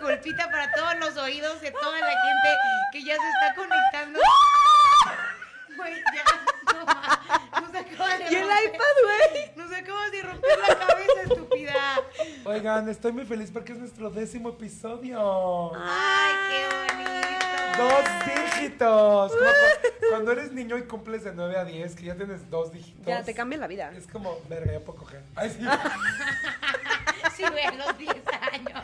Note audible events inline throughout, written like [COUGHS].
Lupita para todos los oídos de toda la gente que ya se está conectando. Güey, ya. no, Nos acabas de Y el romper- iPad, güey. Nos acabas de romper la cabeza, estúpida. [LAUGHS] Oigan, estoy muy feliz porque es nuestro décimo episodio. Ay, qué bonito. Dos dígitos. Como cu- Cuando eres niño y cumples de 9 a 10, que ya tienes dos dígitos. Ya, te cambia la vida. Es como, verga, ya puedo coger. Ay, sí. Sí, güey, a los 10 años.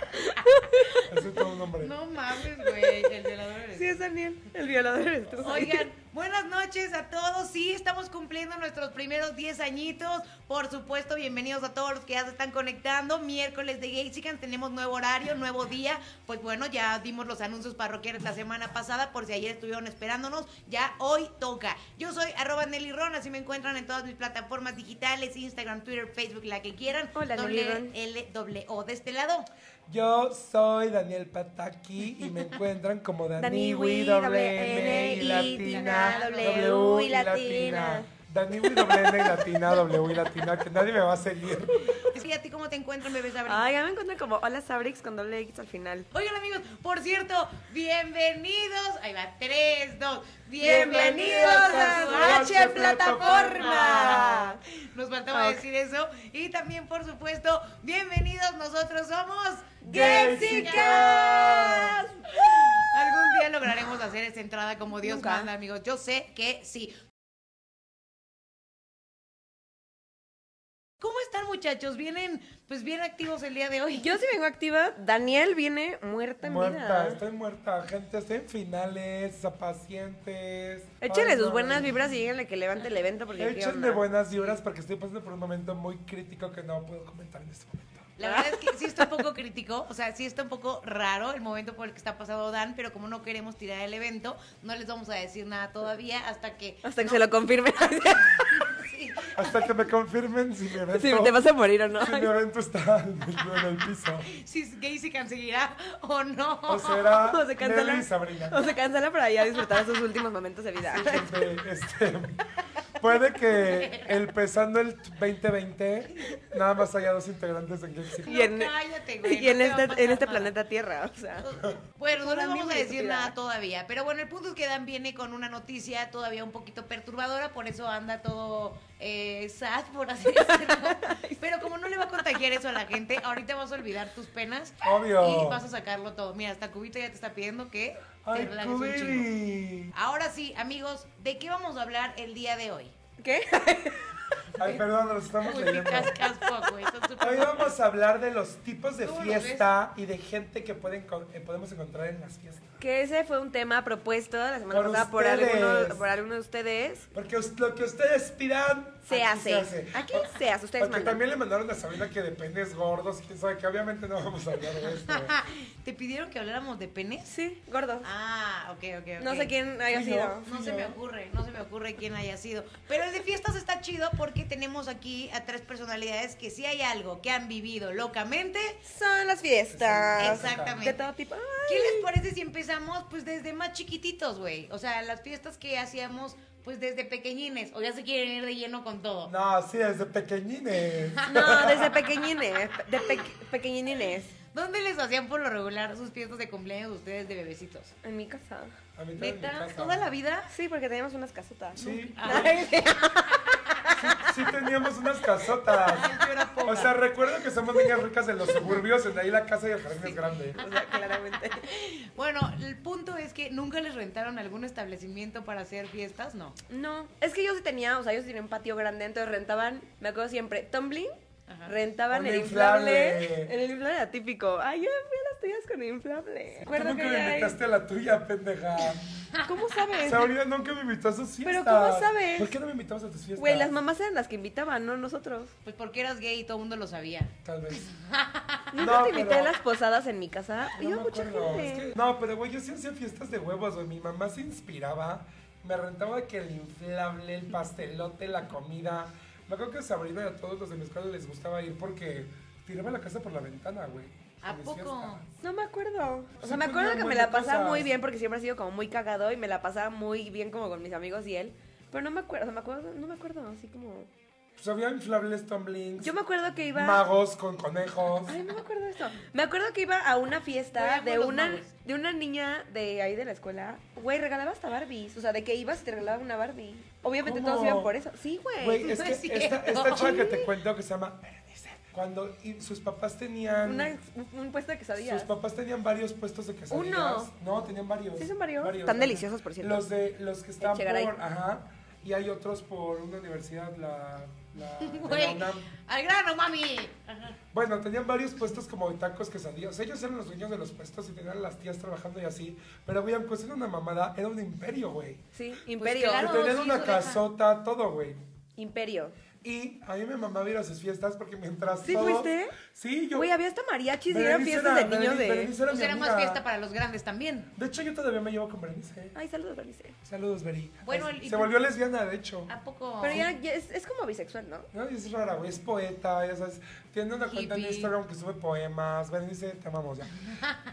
Así todo un hombre. No mames, güey. El violador eres Sí, es Daniel. El violador eres tú. Oigan, [LAUGHS] buenas noches a todos. Sí, estamos cumpliendo nuestros primeros 10 añitos. Por supuesto, bienvenidos a todos los que ya se están conectando. Miércoles de Gaysican tenemos nuevo horario, nuevo día. Pues bueno, ya dimos los anuncios parroquiales la semana pasada, por si ayer estuvieron esperándonos. Ya hoy toca. Yo soy arroba Nelly Ron, así me encuentran en todas mis plataformas digitales, Instagram, Twitter, Facebook, la que quieran. Hola, Nelly Ron. L O de este lado. Yo soy Daniel Pataki y me encuentran como Daniwi, Daniwi, doble N y latina, W y latina. Daniwi, doble N y latina, W y latina, que nadie me va a seguir. Sí, ¿a ti cómo te encuentran, bebés? Ay, ya me encuentro como hola Sabrix con doble X al final. Oigan amigos, por cierto, bienvenidos. Ahí va, 3, 2. Bienvenidos a su H plataforma. Nos faltaba Ok. decir eso. Y también, por supuesto, bienvenidos. Nosotros somos Gaysicas. Algún día lograremos hacer esta entrada como Dios Nunca. manda, amigos. Yo sé que sí. ¿Cómo están, muchachos? Vienen, pues bien activos el día de hoy. Yo sí vengo activa. Daniel viene muerta en Muerta, vida. estoy muerta, gente, estoy en finales, a pacientes. Échenle Ay, sus no, buenas no. vibras y díganle que levante el evento porque qué Échenle onda. buenas vibras porque estoy pasando por un momento muy crítico que no puedo comentar en este momento. La verdad es que sí está un poco crítico, o sea, sí está un poco raro el momento por el que está pasando Dan, pero como no queremos tirar el evento, no les vamos a decir nada todavía hasta que... Hasta que no, se lo [LAUGHS] confirme. [LAUGHS] sí. Hasta que me confirmen si mi evento, si te vas a morir o no. si mi evento está en el- en el piso. [LAUGHS] Si Gacy seguirá o no. O será [LAUGHS] O se cancela. Nelly y Sabrina. O se cancela para ya disfrutar sus últimos momentos de vida. Gente, este, puede que empezando el 2020 nada más haya dos integrantes en Gipsy. Y en, No, cállate, güey, y en no te va a pasar este, en este nada. planeta Tierra, o sea. [LAUGHS] Bueno, no Por les la vamos a misma decir estupidez. nada todavía, pero bueno, el punto es que Dan viene con una noticia todavía un poquito perturbadora, por eso anda todo eh, sad, por [LAUGHS] así decirlo. Pero como no le va a contagiar eso a la gente, ahorita vas a olvidar tus penas Obvio. y vas a sacarlo todo. Mira, hasta Cubito ya te está pidiendo que te Ay, relajes un chingo. Cubiri. Ahora sí, amigos, ¿de qué vamos a hablar el día de hoy? ¿Qué? Ay, perdón, nos estamos Uy, qué leyendo. cascas poco, güey, estás súper- [LAUGHS] Hoy vamos a hablar de los tipos de ¿Cómo lo fiesta y de gente que pueden, con- eh, podemos encontrar en las fiestas. Que ese fue un tema propuesto la semana Por pasada por ustedes. alguno, por alguno de ustedes. Porque us- lo que ustedes pidan aquí Se hace. Aquí se hace, ustedes Porque mandan. también le mandaron a Sabrina que de penes gordos, quién sabe, que obviamente no vamos a hablar de ¿eh? esto. ¿Te pidieron que habláramos de penes? Sí, gordo. Ah, ok, ok, ok. No sé quién haya Sí, sido. no. No se me ocurre, no se me ocurre quién haya sido. Pero el de fiestas está chido porque tenemos aquí a tres personalidades que si hay algo que han vivido locamente. Son las fiestas. De Exactamente. todo tipo. Ay, ¿Qué les parece si empezamos pues desde más chiquititos, güey? O sea, las fiestas que hacíamos pues desde pequeñines. O ya se quieren ir de lleno con todo. No, sí, desde pequeñines. No, desde pequeñines. De pe- pequeñinines. ¿Dónde les hacían por lo regular sus fiestas de cumpleaños ustedes de bebecitos? En mi casa. A mí también me ¿Neta? pasa. ¿Toda la vida? Sí, porque teníamos unas casotas. Sí, [LAUGHS] Ay, Ah. sí teníamos unas casotas. Yo era poca. O sea, recuerdo que somos niñas ricas en los suburbios, en ahí la casa y el jardín es grande. o sea, claramente. Bueno, el punto es que nunca les rentaron algún establecimiento para hacer fiestas, no. No, es que yo sí tenía, o sea, yo sí tenía un patio grande, entonces rentaban, me acuerdo siempre, tumbling, Ajá. rentaban Un el inflable. inflable. El inflable era típico. Ay, yo fui a las tuyas con inflable. Tú Recuerdo nunca que me era invitaste a la tuya, pendeja. ahí. ¿Cómo sabes? Sabrina nunca me invitó a sus fiestas. Pero ¿cómo sabes? ¿Por qué no me invitabas a tus fiestas? Güey, las mamás eran las que invitaban, no nosotros. Pues porque eras gay y todo el mundo lo sabía. [LAUGHS] Tal vez. Nunca No, te invité pero- a las posadas en mi casa. No Iba me mucha acuerdo, gente. es que- no, pero güey, yo sí hacía fiestas de huevos, güey. Mi mamá se inspiraba. Me rentaba que el inflable, el pastelote, la comida. Me acuerdo que a Sabrina y a todos los de mi escuela les gustaba ir porque tiraba la casa por la ventana, güey. ¿A en mis poco? fiestas. No me acuerdo. O Sí sea, me ponían acuerdo que me buenas la pasaba cosas. muy bien porque siempre ha sido como muy cagado y me la pasaba muy bien como con mis amigos y él. Pero no me acuerdo, o sea, me acuerdo, no me acuerdo, así como... Pues había inflables tumblings. Yo me acuerdo que iba. Magos con conejos. Ay, no me acuerdo de esto. Me acuerdo que iba a una Güey, fiesta amo de los una, magos. de una niña de ahí de la escuela. Güey, regalaba hasta Barbies. O sea, de que ibas y te regalaban una Barbie. Obviamente ¿Cómo? todos iban por eso. Sí, Güey, güey. es no que es esta, cierto. esta chica que te cuento que se llama Berenice, cuando y- sus papás tenían... Una, un, un puesto de quesadillas. Sus papás tenían varios puestos de quesadillas. Uno. No, tenían varios. ¿Sí son varios? Están ajá. deliciosos, por cierto. Los de los que están por, Echegaray. ajá, y hay otros por una universidad, la, [LAUGHS] la, de la Güey, UNAM. al grano, mami. Ajá. Bueno, tenían varios puestos como de tacos, quesadillas. Ellos eran los dueños de los puestos y tenían las tías trabajando y así. Pero, güey, aunque era una mamada, era un imperio, güey. Sí, imperio. claro. pues que tenían sí, una su deja. casota, todo, güey. Imperio. Y a mí me mamaba ir a sus fiestas porque mientras ¿Sí todos- fuiste? Sí, yo... Güey, había hasta mariachis y Berenice eran fiestas era- de niños Berenice- de. Berenice era Pues mi era más amiga. fiesta para los grandes también. De hecho, yo todavía me llevo con Berenice. Ay, saludos, Berenice. Saludos, Beri. Bueno, Ah. Ay, el- Se volvió lesbiana, de hecho. ¿A poco? Pero ya, ya es, es como bisexual, ¿no? No, y es rara, güey, es poeta, ya sabes. Tiene una cuenta en Hippie. Instagram que sube poemas. Berenice, te amamos ya.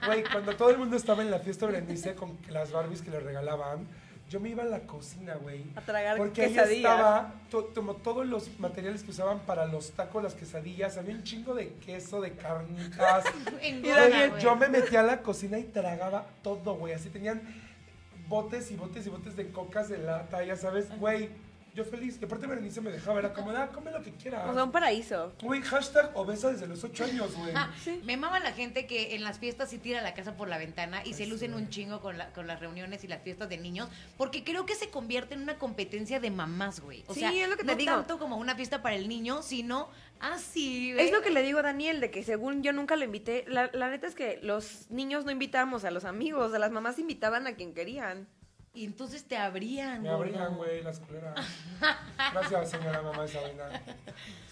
Güey, cuando todo el mundo estaba en la fiesta de Berenice con las Barbies que le regalaban, yo me iba a la cocina, güey. A tragar Porque ahí quesadillas. estaba to- como todos los materiales que usaban para los tacos, las quesadillas. Había un chingo de queso, de carnitas. Engorda, Güey, güey. yo me metía a la cocina y tragaba todo, güey. Así tenían botes y botes y botes de cocas de lata, ya sabes, güey. Yo feliz. Y aparte Berenice me dejaba, era como, ah, come lo que O sea, quieras. un paraíso. Güey, hashtag obesa desde los ocho años, [LAUGHS] güey. Ah, Me mama la gente que en las fiestas sí tira la casa por la ventana Pues y se lucen un chingo con, la- con las reuniones y las fiestas de niños, porque creo que se convierte en una competencia de mamás, güey. O Sí, sea, es lo que te no digo. tanto como una fiesta para el niño, sino ah, así, Es lo que le digo a Daniel, de que según yo nunca lo invité, la, la neta es que los niños no invitábamos a los amigos, a las mamás invitaban a quien querían. Y entonces te abrían, Me güey. abrían, güey, las [LAUGHS] culeras. Gracias, señora mamá Isabela.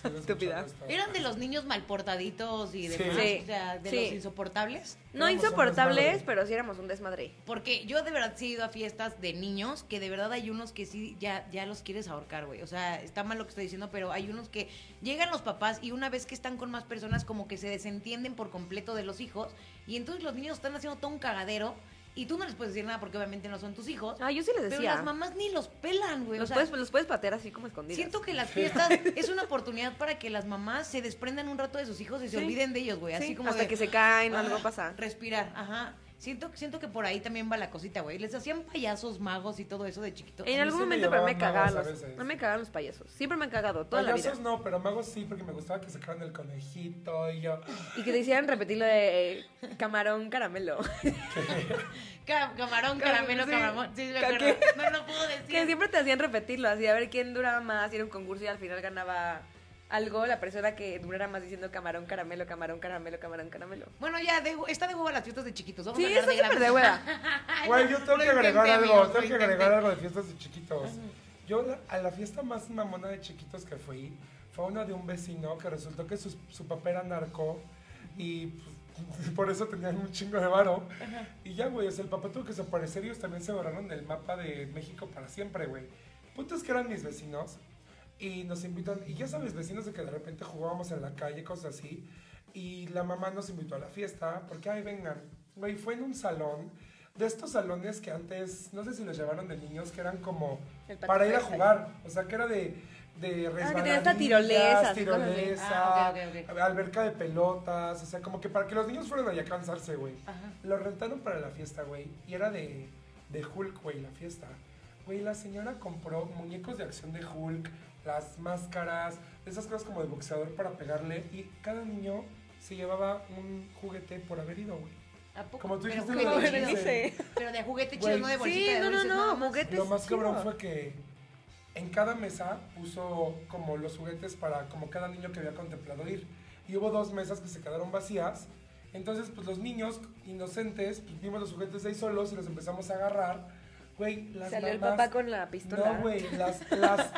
Se les Estúpida. escucha esto. Eran de los niños malportaditos y Sí. demás, Sí, o sea, de sí. los insoportables. No Éramos un insoportables, desmadre. pero sí éramos un desmadre. Porque yo de verdad sí he ido a fiestas de niños que de verdad hay unos que sí ya, ya los quieres ahorcar, güey. O sea, está mal lo que estoy diciendo, pero hay unos que llegan los papás y una vez que están con más personas como que se desentienden por completo de los hijos y entonces los niños están haciendo todo un cagadero y tú no les puedes decir nada porque obviamente no son tus hijos. Ah, yo sí les pero decía. las mamás ni los pelan, güey. O los, sea, puedes, los puedes patear así como escondidos. Siento que las fiestas es una oportunidad para que las mamás se desprendan un rato de sus hijos y se Sí. olviden de ellos, güey. Así como hasta de, que se caen, Ah, algo pasa. Respirar, ajá. Siento, siento que por ahí también va la cosita, güey. Les hacían payasos, magos y todo eso de chiquito. En mí algún sí me momento, pero me llevaban cagaban magos a los, veces. no me cagaban los payasos. Siempre me han cagado, toda la Payasos vida. no, pero magos sí, porque me gustaba que sacaran el conejito y yo. Y que te hicieran repetir lo de eh, camarón caramelo. Ca- camarón, caramelo, Sí. camarón. Sí, me ¿Ca- acuerdo. qué? No lo puedo decir. Que siempre te hacían repetirlo, así a ver quién duraba más, y era un concurso y al final ganaba algo la persona que durara más diciendo camarón, caramelo, camarón, caramelo, camarón, caramelo. Bueno, ya, de, está de huevo las fiestas de chiquitos. Vamos Sí, a hablar está de súper de grandes. hueva. Güey, yo tengo Lo que agregar intenté, algo, amigos, tengo lo que agregar intenté. algo de fiestas de chiquitos. Yo la- a la fiesta más mamona de chiquitos que fui fue una de un vecino que resultó que su, su papá era narco y pues, [LAUGHS] por eso tenían un chingo de varo. Y ya, güey, o sea, el papá tuvo que desaparecer y ellos también se borraron del mapa de México para siempre, güey. Punto es que eran mis vecinos y nos invitan, y ya sabes, vecinos de que de repente jugábamos en la calle, cosas así, y la mamá nos invitó a la fiesta, porque ahí vengan, güey, fue en un salón, de estos salones que antes, no sé si los llevaron de niños, que eran como [LAUGHS] El patio para ir a de- jugar, o sea, que era de, de que tenía resbaladillas, hasta tirolesas y cosas así. tirolesa, Ah, ok, ok, alberca de pelotas, o sea, como que para que los niños fueran allá a cansarse, güey. Ajá. Lo rentaron para la fiesta, güey. Y era de, de Hulk, güey, la fiesta. Güey, la señora compró muñecos de acción de Hulk, las máscaras, esas cosas como de boxeador para pegarle. Y cada niño se llevaba un juguete por haber ido, güey. ¿A poco? Como tú Pero dijiste, juguete no, chido. Berenice. Pero de juguete chido, Güey, no de sí, bolsita Sí, de no, no, dulces, no, más. juguetes. Lo más sí, cabrón no. fue que en cada mesa puso como los juguetes para como cada niño que había contemplado ir. Y hubo dos mesas que se quedaron vacías. Entonces, pues los niños inocentes pues, vimos los juguetes ahí solos y los empezamos a agarrar. Güey, las Salió el mamás- [LAUGHS] papá con la pistola. No, güey, las, las,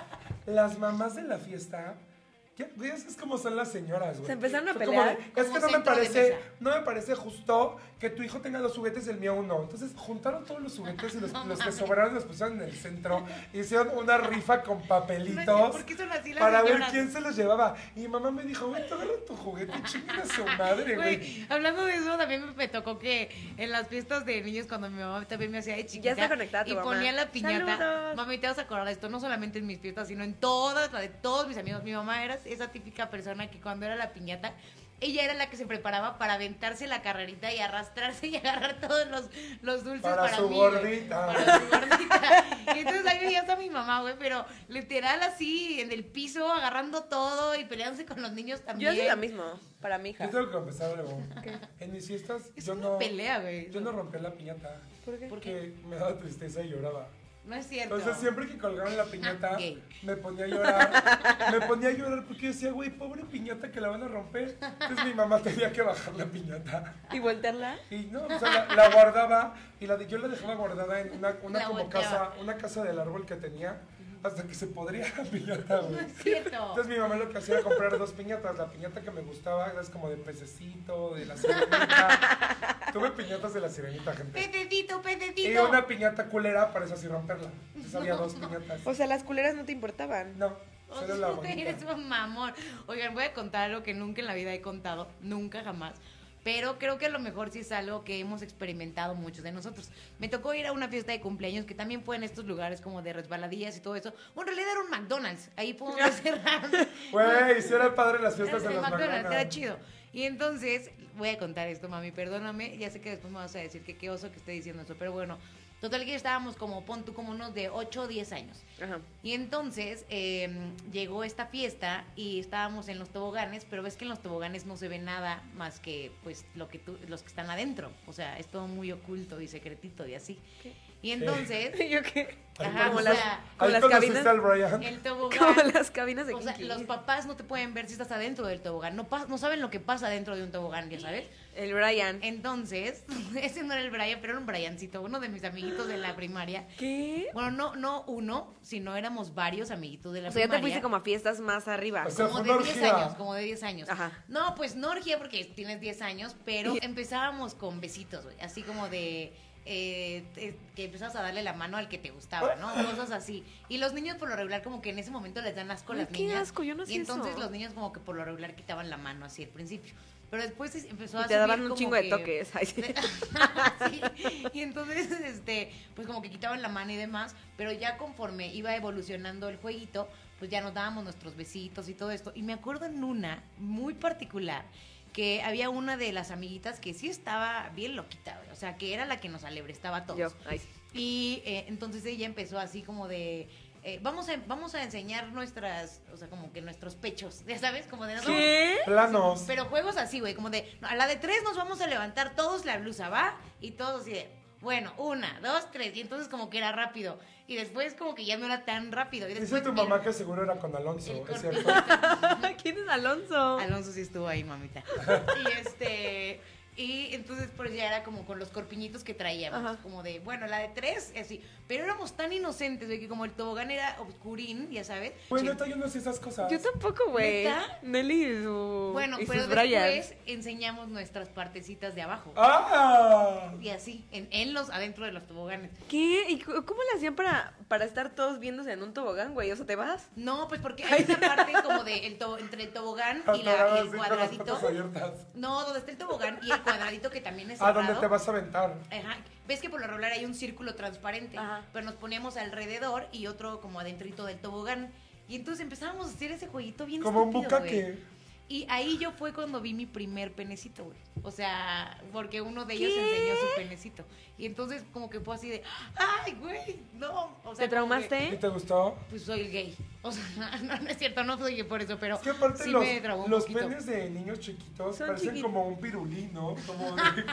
las mamás de la fiesta Ya ves, es como son las señoras, güey. Se empezaron a Fue como de, pelear. es Como que no me centro de parece, mesa. no me parece justo que tu hijo tenga los juguetes y el mío no. Entonces juntaron todos los juguetes y los, los que sobraron los pusieron en el centro. Hicieron una rifa con No sé papelitos ¿Por qué son así las para ver señoras? quién se los llevaba. Y mi mamá me dijo, güey, te agarran tu juguete y chingan a su madre, güey. Güey, hablando de eso, también me- me tocó que en las fiestas de niños, cuando mi mamá también me hacía de chiquita. está conectada tu Y mamá. ponía la piñata. Saludos. Mami, te vas a acordar de esto, no solamente en mis fiestas, sino en todas, la de todos mis amigos. Mi mamá era esa típica persona que cuando era la piñata, ella era la que se preparaba para aventarse la carrerita y arrastrarse [LAUGHS] y agarrar todos los, los dulces para, Para su mí, güey. gordita. Para su gordita. Y entonces ahí veías a mi mamá, güey, pero literal así, en el piso, agarrando todo y peleándose con los niños Yo también. hacía lo mismo para mi hija. Yo tengo que confesar algo. En mis fiestas, Es yo una no, pelea, güey. yo no rompí la piñata ¿Por qué? porque me daba tristeza y lloraba. No es cierto. Entonces siempre que colgaban la piñata, Gay. me ponía a llorar. Me ponía a llorar porque yo decía, güey, pobre piñata que la van a romper. Entonces mi mamá tenía que bajar la piñata. ¿Y voltearla? Y no, o sea, la, la guardaba y la, de- yo la dejaba guardada en una, una La como volteaba. casa, una casa del árbol que tenía hasta que se podría la piñata, No güey. es cierto. [LAUGHS] Entonces mi mamá lo que hacía era comprar dos piñatas. La piñata que me gustaba era como de pececito, de la sirenita. Tuve piñatas de la sirenita, gente. Pececito, Y pececito. Eh, una piñata culera para eso así romperla. Entonces había dos [LAUGHS] piñatas. O sea, las culeras no te importaban. No, O solo sea, la Oh, [LAUGHS] eres bonita. un mamón. Oigan, voy a contar algo que nunca en la vida he contado, nunca jamás. Pero creo que a lo mejor sí es algo que hemos experimentado muchos de nosotros. Me tocó ir a una fiesta de cumpleaños que también fue en estos lugares como de resbaladillas y todo eso. Bueno, en realidad era un McDonald's. Ahí fue donde [LAUGHS] cerraron. Güey, si era padre las fiestas Era de el los McDonald's, McDonald's. era chido. Y entonces, voy a contar esto, mami, perdóname. Ya sé que después me vas a decir que qué oso que esté diciendo eso, pero bueno. Total que estábamos como, pon tú, como unos de 8 o 10 años. Ajá. [LAUGHS] Y entonces eh, llegó esta fiesta y estábamos en los toboganes, pero ves que en los toboganes no se ve nada más que pues lo que tú, los que están adentro. O sea, es todo muy oculto y secretito y así. Y entonces, ¿Yo qué? Ahí Ajá, como o las, sea, como Ahí las conociste cabinas. al Brian. el tobogán. Como las cabinas de O sea, Kinky. los papás no te pueden ver si estás adentro del tobogán. No, pas- no saben lo que pasa dentro de un tobogán, ya sabes. El Brian. Entonces, [LAUGHS] ese no era el Brian, pero era un Briancito, uno de mis amiguitos de la primaria. ¿Qué? Bueno, no, no uno, sino éramos varios amiguitos de la O sea, ya te primaria. fuiste como a fiestas más arriba. O sea, como fue de una 10 orgía. años, como de 10 años. Ajá. No, pues no orgía porque tienes 10 años, [LAUGHS] pero empezábamos con besitos, güey, así como de... eh, te- que empezabas a darle la mano al que te gustaba, ¿no? Cosas así. Y los niños por lo regular como que en ese momento les dan asco a Ay, las qué niñas. asco, yo no Y hacía entonces eso. los niños como que por lo regular quitaban la mano así al principio. Pero después es- empezó a Y te subir daban un como chingo de que- toques. Ay, sí. [LAUGHS] Sí, Y entonces, este, pues como que quitaban la mano y demás, pero ya conforme iba evolucionando el jueguito, pues ya nos dábamos nuestros besitos y todo esto. Y me acuerdo en una muy particular que había una de las amiguitas que sí estaba bien loquita, güey, o sea, que era la que nos alebrestaba a [LAUGHS] todos. Yo. Ay, sí. Y eh, entonces ella empezó así como de... eh, vamos, a, vamos a enseñar nuestras, o sea, como que nuestros pechos, ya sabes, como de... nosotros ¿Qué? Planos. pero juegos así, güey, como de, no, a la de tres nos vamos a levantar todos la blusa, ¿va? Y todos así de, bueno, una, dos, tres, y entonces como que era rápido. Y después como que ya no era tan rápido. Y Dice después tu el- mamá que seguro era con Alonso, el ¿es corte- cierto? ¿Quién es Alonso? Alonso sí estuvo ahí, mamita. Y este. Y entonces pues ya era como con los corpiñitos que traíamos, Ajá. como de, bueno, la de tres, así. Pero éramos tan inocentes, güey, que como el tobogán era obscurín, ya sabes. Güey, neta, yo no sé esas cosas. Yo tampoco, güey. ¿Neta? Nelly y su. Bueno, y pero sus Bryans. después enseñamos nuestras partecitas de abajo. ¡Ah! Y así, en, en los, adentro de los toboganes. ¿Qué? ¿Y cu- cómo le hacían para, para estar todos viéndose en un tobogán, güey? O sea, ¿te vas? No, pues porque hay una parte como de el to- entre el tobogán y, la- Atorada el así con las cuadradito. patas abiertas. No, donde está el tobogán y el cuadradito que también es ¿A Ah, cerrado. dónde te vas a aventar? Ajá. Ves que por lo regular hay un círculo transparente, Ajá. pero nos poníamos alrededor y otro como adentrito del tobogán. Y entonces empezábamos a hacer ese jueguito bien Como un estúpido, güey. bucaque. Y ahí yo fue cuando vi mi primer penecito, güey. O sea, porque uno de ellos ¿Qué? enseñó su penecito. Y entonces como que fue así de, ay, güey, no. O sea, ¿Te como que- traumaste? ¿Y te gustó? pues soy gay. O sea, [LAUGHS] no, no es cierto, no soy gay por eso, pero Es que aparte sí los, me trabó un los poquito. penes de niños chiquitos Son parecen chiquitos. como un pirulí, ¿no? Como de-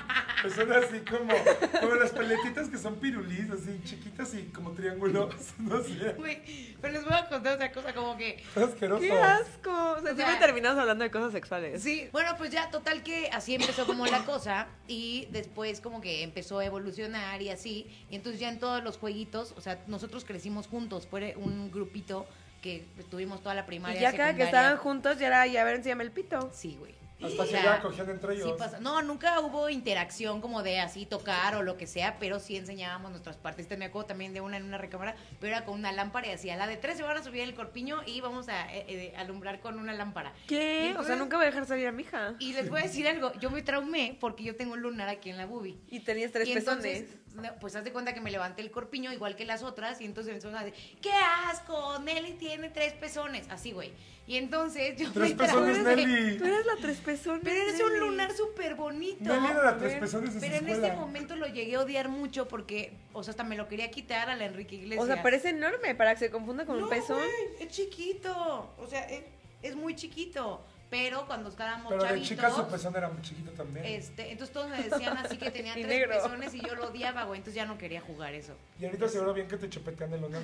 pues son así como, como las paletitas que son pirulís, así chiquitas y como triángulos, [LAUGHS] no sé. Güey, Pero les voy a contar otra cosa, como que. Está asqueroso. ¡Qué asco! O sea, O siempre sea- terminamos hablando de cosas sexuales. Sí, bueno, pues ya, total que así empezó como la cosa y después como que empezó a evolucionar y así. Y entonces ya en todos los jueguitos, o sea, nosotros crecimos juntos, fue un grupito que tuvimos toda la primaria. Y ya cada que secundaria. estaban juntos, ya era, ya a ver, enséñame el pito. Sí, güey. Hasta que O sea, ya cogían entre ellos. sí pasa- No, nunca hubo interacción como de así tocar o lo que sea, pero sí enseñábamos nuestras partes. Te me acuerdo también de una en una recámara, pero era con una lámpara y hacía la de tres se van a subir el corpiño y vamos a eh, eh, alumbrar con una lámpara. Y ¿Qué? O sea, entonces- nunca voy a dejar salir a mi hija. Y les voy a decir algo, yo me traumé porque yo tengo un lunar aquí en la boobie. Y tenías tres y entonces, pezones. no, pues haz de cuenta que me levanté el corpiño igual que las otras y entonces me empezaron a decir, ¡qué asco! Nelly tiene tres pezones, así güey. Y entonces yo Tres me traumé. pezones, Nelly. Tú eres la tres pezones. Pero eres un Nelly. lunar súper bonito. Nelly era la tres Pero- pezones de su Pero en escuela. este momento lo llegué a odiar mucho porque, o sea, hasta me lo quería quitar a la Enrique Iglesias. O sea, parece enorme para que se confunda con No, un pezón. güey, es chiquito. O sea, es, es muy chiquito. Pero cuando estábamos Pero de chavitos, chica su pezón era muy chiquito también. este, entonces todos me decían así [LAUGHS] que tenía Y tres negro. pezones y yo lo odiaba, güey. Entonces ya no quería jugar eso. Y ahorita seguro bien que te chupetean el lunar.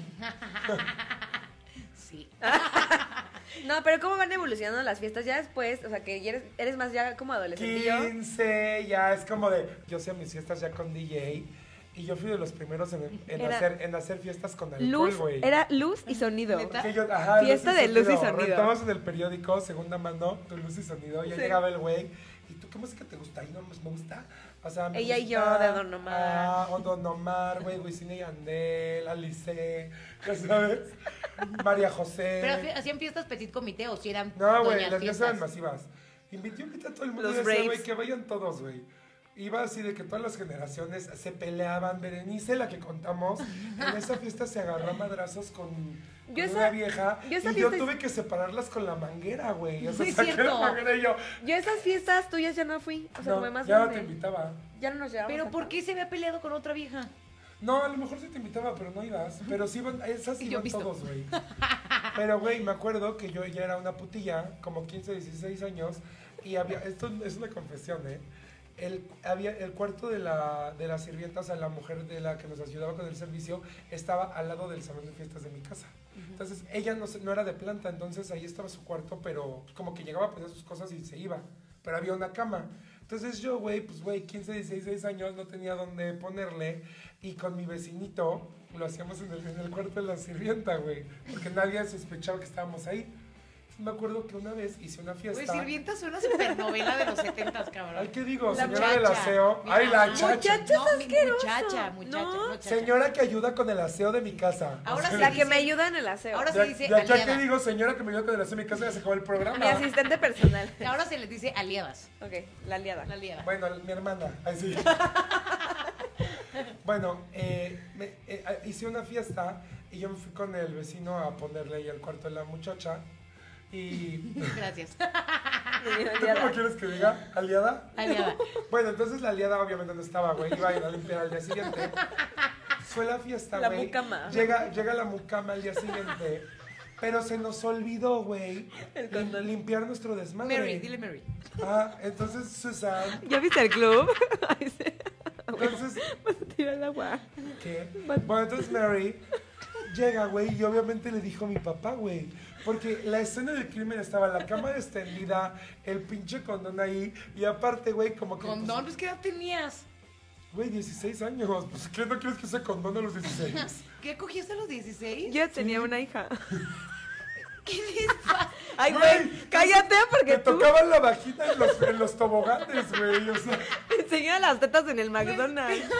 Sí. Eh. No, pero ¿cómo van evolucionando las fiestas ya después? O sea, que ya eres, eres más ya como adolescentillo. 15, ya es como de. Yo hacía mis fiestas ya con DJ. Y yo fui de los primeros en, en Era- hacer, en hacer fiestas con alcohol, Luz, güey. era luz y sonido. ¿Neta? Que yo- ajá, Fiesta de luz y sonido. Rentabas en el periódico, segunda mano, tu luz y sonido. Ya Sí. llegaba el güey. ¿Y tú qué música te gusta? Y no pues, me gusta. O sea, me Ella y yo, gusta, de Don Omar. Ah, o Don Omar, güey, Wisin y Andel, Alice, ya sabes. María José. Pero hacía- hacían fiestas petit comité o si eran. No, güey, doñas las mías eran fiestas? masivas. Invité, yo invité a todo el mundo y Los decía, raves. güey, que vayan todos, güey. Iba así de que todas las generaciones se peleaban. Berenice, la que contamos, en esa fiesta se agarró a madrazos con, con esa- una vieja. yo esa y yo fiesta- tuve que separarlas con la manguera, güey. O sea, Sí, es saqué la cierto. manguera y yo. Yo a esas fiestas tuyas ya no fui. O sea, no, como más ya no grande. te invitaba. Ya no nos llevamos. Pero ¿por qué se había peleado con otra vieja? No, a lo mejor sí te invitaba, pero no ibas. Pero sí iban, esas Y yo iban visto. todos, [LAUGHS] güey. Pero, güey, me acuerdo que yo ya era una putilla, como 15, 16 años, y había, esto es una confesión, ¿eh? El, había, el cuarto de la, de la sirvienta, o sea, la mujer de la que nos ayudaba con el servicio, estaba al lado del salón de fiestas de mi casa. Entonces, ella no, se- no era de planta, entonces ahí estaba su cuarto, pero como que llegaba a poner sus cosas y se iba. Pero había una cama. Entonces yo, güey, pues, güey, 15, 16, 16 años, no tenía dónde ponerle. Y con mi vecinito lo hacíamos en el, en el cuarto de la sirvienta, güey. Porque nadie sospechaba que estábamos ahí. Me acuerdo que una vez hice una Güey, fiesta. Sirvienta suena super novela de los setentas, Ay, cabrón. ¿qué digo? La señora del chacha. aseo. Mira. Ay, la Muchacha. chacha. Muchacha, es mi- asqueroso. muchacha, muchacha, No. muchacha. Señora que ayuda con el aseo de mi casa. Ahora La que dice- me ayuda en el aseo. Ahora De, se dice de aquí a aliada. qué digo, señora que me ayuda con el aseo de mi casa, ya se acabó el programa. Mi asistente personal. [LAUGHS] Ahora se les dice aliadas. Ok, la aliada. [LAUGHS] La aliada. Bueno, mi hermana, así. bueno, eh, me- eh, ah, hice una fiesta y yo me fui con el vecino a ponerle ahí al cuarto de la muchacha. Y. [LAUGHS] Gracias. Mi ¿Tú cómo aliada. quieres que diga? ¿Aliada? [LAUGHS] Aliada. Bueno, entonces la aliada obviamente no estaba, güey. Iba a ir a limpiar al día siguiente. Fue la fiesta, La güey. mucama. Llega, llega la mucama al día siguiente. Pero se nos olvidó, güey, El lim- condón. limpiar nuestro desmadre. Mary, dile Mary. Ah, entonces Susan, ¿Ya viste el club? [LAUGHS] Ay, se- entonces Vas a tirar el agua. ¿Qué? Bueno, entonces Mary llega, güey, y obviamente le dijo a mi papá, güey. Porque la escena del crimen estaba la cámara extendida, el pinche condón ahí, y aparte, güey, como que. Condón, pues ¿qué edad tenías? pues, Güey, 16 años. Pues, ¿qué no quieres que use condón a los 16? ¿Qué cogiste a los 16? Yo tenía una [LAUGHS] hija. ¿Qué les pasa? Ay, Güey, güey, cállate porque Te tú [LAUGHS] tocaban la vagina en los, en los toboganes, güey. O sea, me enseñan las tetas en el [LAUGHS] McDonald's. [LAUGHS]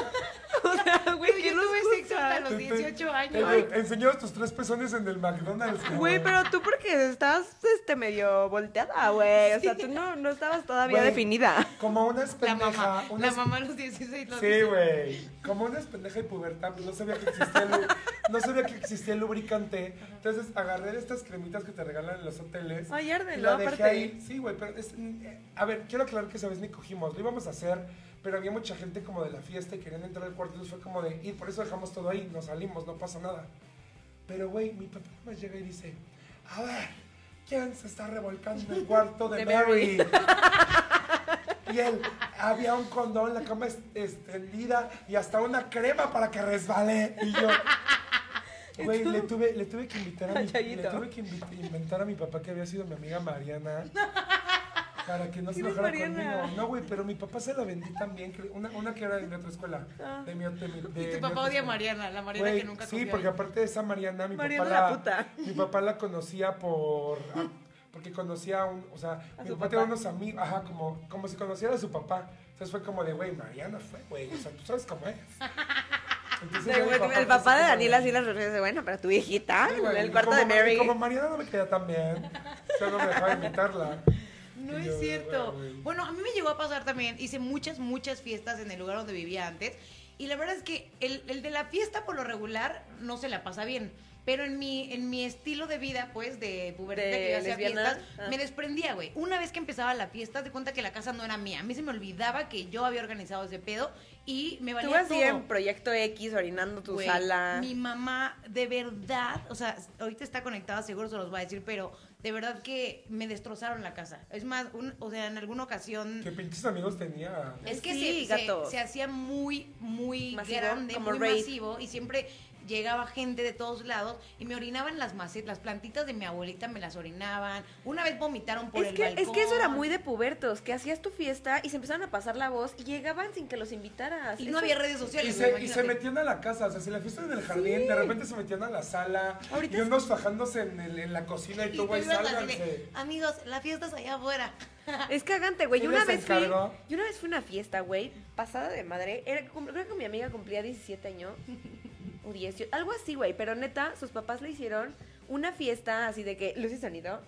O sea, güey, Yo ¿quién tuve los sexo hasta usa? los- 18 años. Te, te enseñabas tus tres pezones en el McDonald's, Güey, pero tú porque estás este, medio volteada, güey. O sea, Sí. tú no, no estabas todavía Güey. definida. Como una es La pendeja. mamá. una La es- mamá a los 16 los Sí, dice. güey. Como una es pendeja y pubertad, pues no sabía que existía el, lu- no sabía que existía el lubricante. Entonces agarré de estas cremitas que te regalan en los hoteles. Ay, y árdelo, la dejé aparte. ahí. Sí, güey, pero es- eh, a ver, quiero aclarar que esa vez ni cogimos, lo íbamos a hacer, pero había mucha gente como de la fiesta y querían entrar al cuarto, entonces fue como de, y por eso dejamos todo ahí, nos salimos, no pasa nada. Pero, güey, mi papá nomás llega y dice, a ver, ¿quién se está revolcando en el cuarto de, [LAUGHS] De Mary? Mary. y él, había un condón, la cama es- extendida y hasta una crema para que resbale. Y [LAUGHS] yo, güey, le tuve, le tuve que invitar a mi, Ay, Chayito. [LAUGHS] le tuve que invi- inventar a mi papá que había sido mi amiga Mariana. Para que no se ¿Quién es enojara Mariana? conmigo. No, güey, pero mi papá se la vendí también. que- Una, una que era de mi otra escuela. Ah. De mi, de mi- de Y mi tu otra papá odia a escuela. Mariana, la Mariana Güey, que nunca Sí, confió porque en- aparte de esa Mariana, mi Mariana papá. la puta. Mi papá la conocía por. [LAUGHS] a- porque conocía a un. O sea, mi su papá, tenía papá. unos amigos. Ajá, como, como si conociera a su papá. Entonces fue como de, güey, Mariana fue, güey. O sea, tú sabes cómo [LAUGHS] es. Entonces, ya mi fue El papá de como Daniela sí las refiere, bueno, pero tu hijita, Sí, en güey, el y cuarto como de Mar- y Mary. Como Mariana no me quedaba tan [LAUGHS] bien. Solo me dejaba invitarla. No Y es yo, cierto. güey, güey. Bueno, a mí me llegó a pasar también. Hice muchas, muchas fiestas en el lugar donde vivía antes. Y la verdad es que el, el de la fiesta por lo regular no se la pasa bien. Pero en mi, en mi estilo de vida, pues, de pubertad, De que yo hacía lesbiana, fiestas, ah. me desprendía, güey. Una vez que empezaba la fiesta, de cuenta que la casa no era mía. A mí se me olvidaba que yo había organizado ese pedo y me valía Tú así todo. en Proyecto X orinando tu Güey, sala. Mi mamá, de verdad, o sea, ahorita está conectada, seguro se los va a decir, pero de verdad que me destrozaron la casa. Es más, un- o sea, en alguna ocasión. ¿Qué pinches amigos tenía? Es que Sí, se, se- gato. se hacía muy, muy Masivo, grande, como muy raid. masivo y siempre llegaba gente de todos lados y me orinaban las macetas, las plantitas de mi abuelita me las orinaban. Una vez vomitaron por es, el que, balcón. es que eso era muy de pubertos, que hacías tu fiesta y se empezaron a pasar la voz y llegaban sin que los invitaras. Y Eso- no había redes Y sociales. se, y imagínate. se metían a la casa, o sea, si la fiesta era en el jardín, de repente se metían a la sala, Ahorita y es- unos fajándose en, el- en la cocina y Y tú, tú güey, ibas así de, sálganse. Amigos, la fiesta es allá afuera. Es cagante, güey. ¿Sí Yo una les vez fui, encargo? yo una vez fui a una fiesta, güey, pasada de madre. Era, cum- creo que mi amiga cumplía 17 años o 18, algo así, güey, pero neta sus papás le hicieron una fiesta así de que luz y sonido.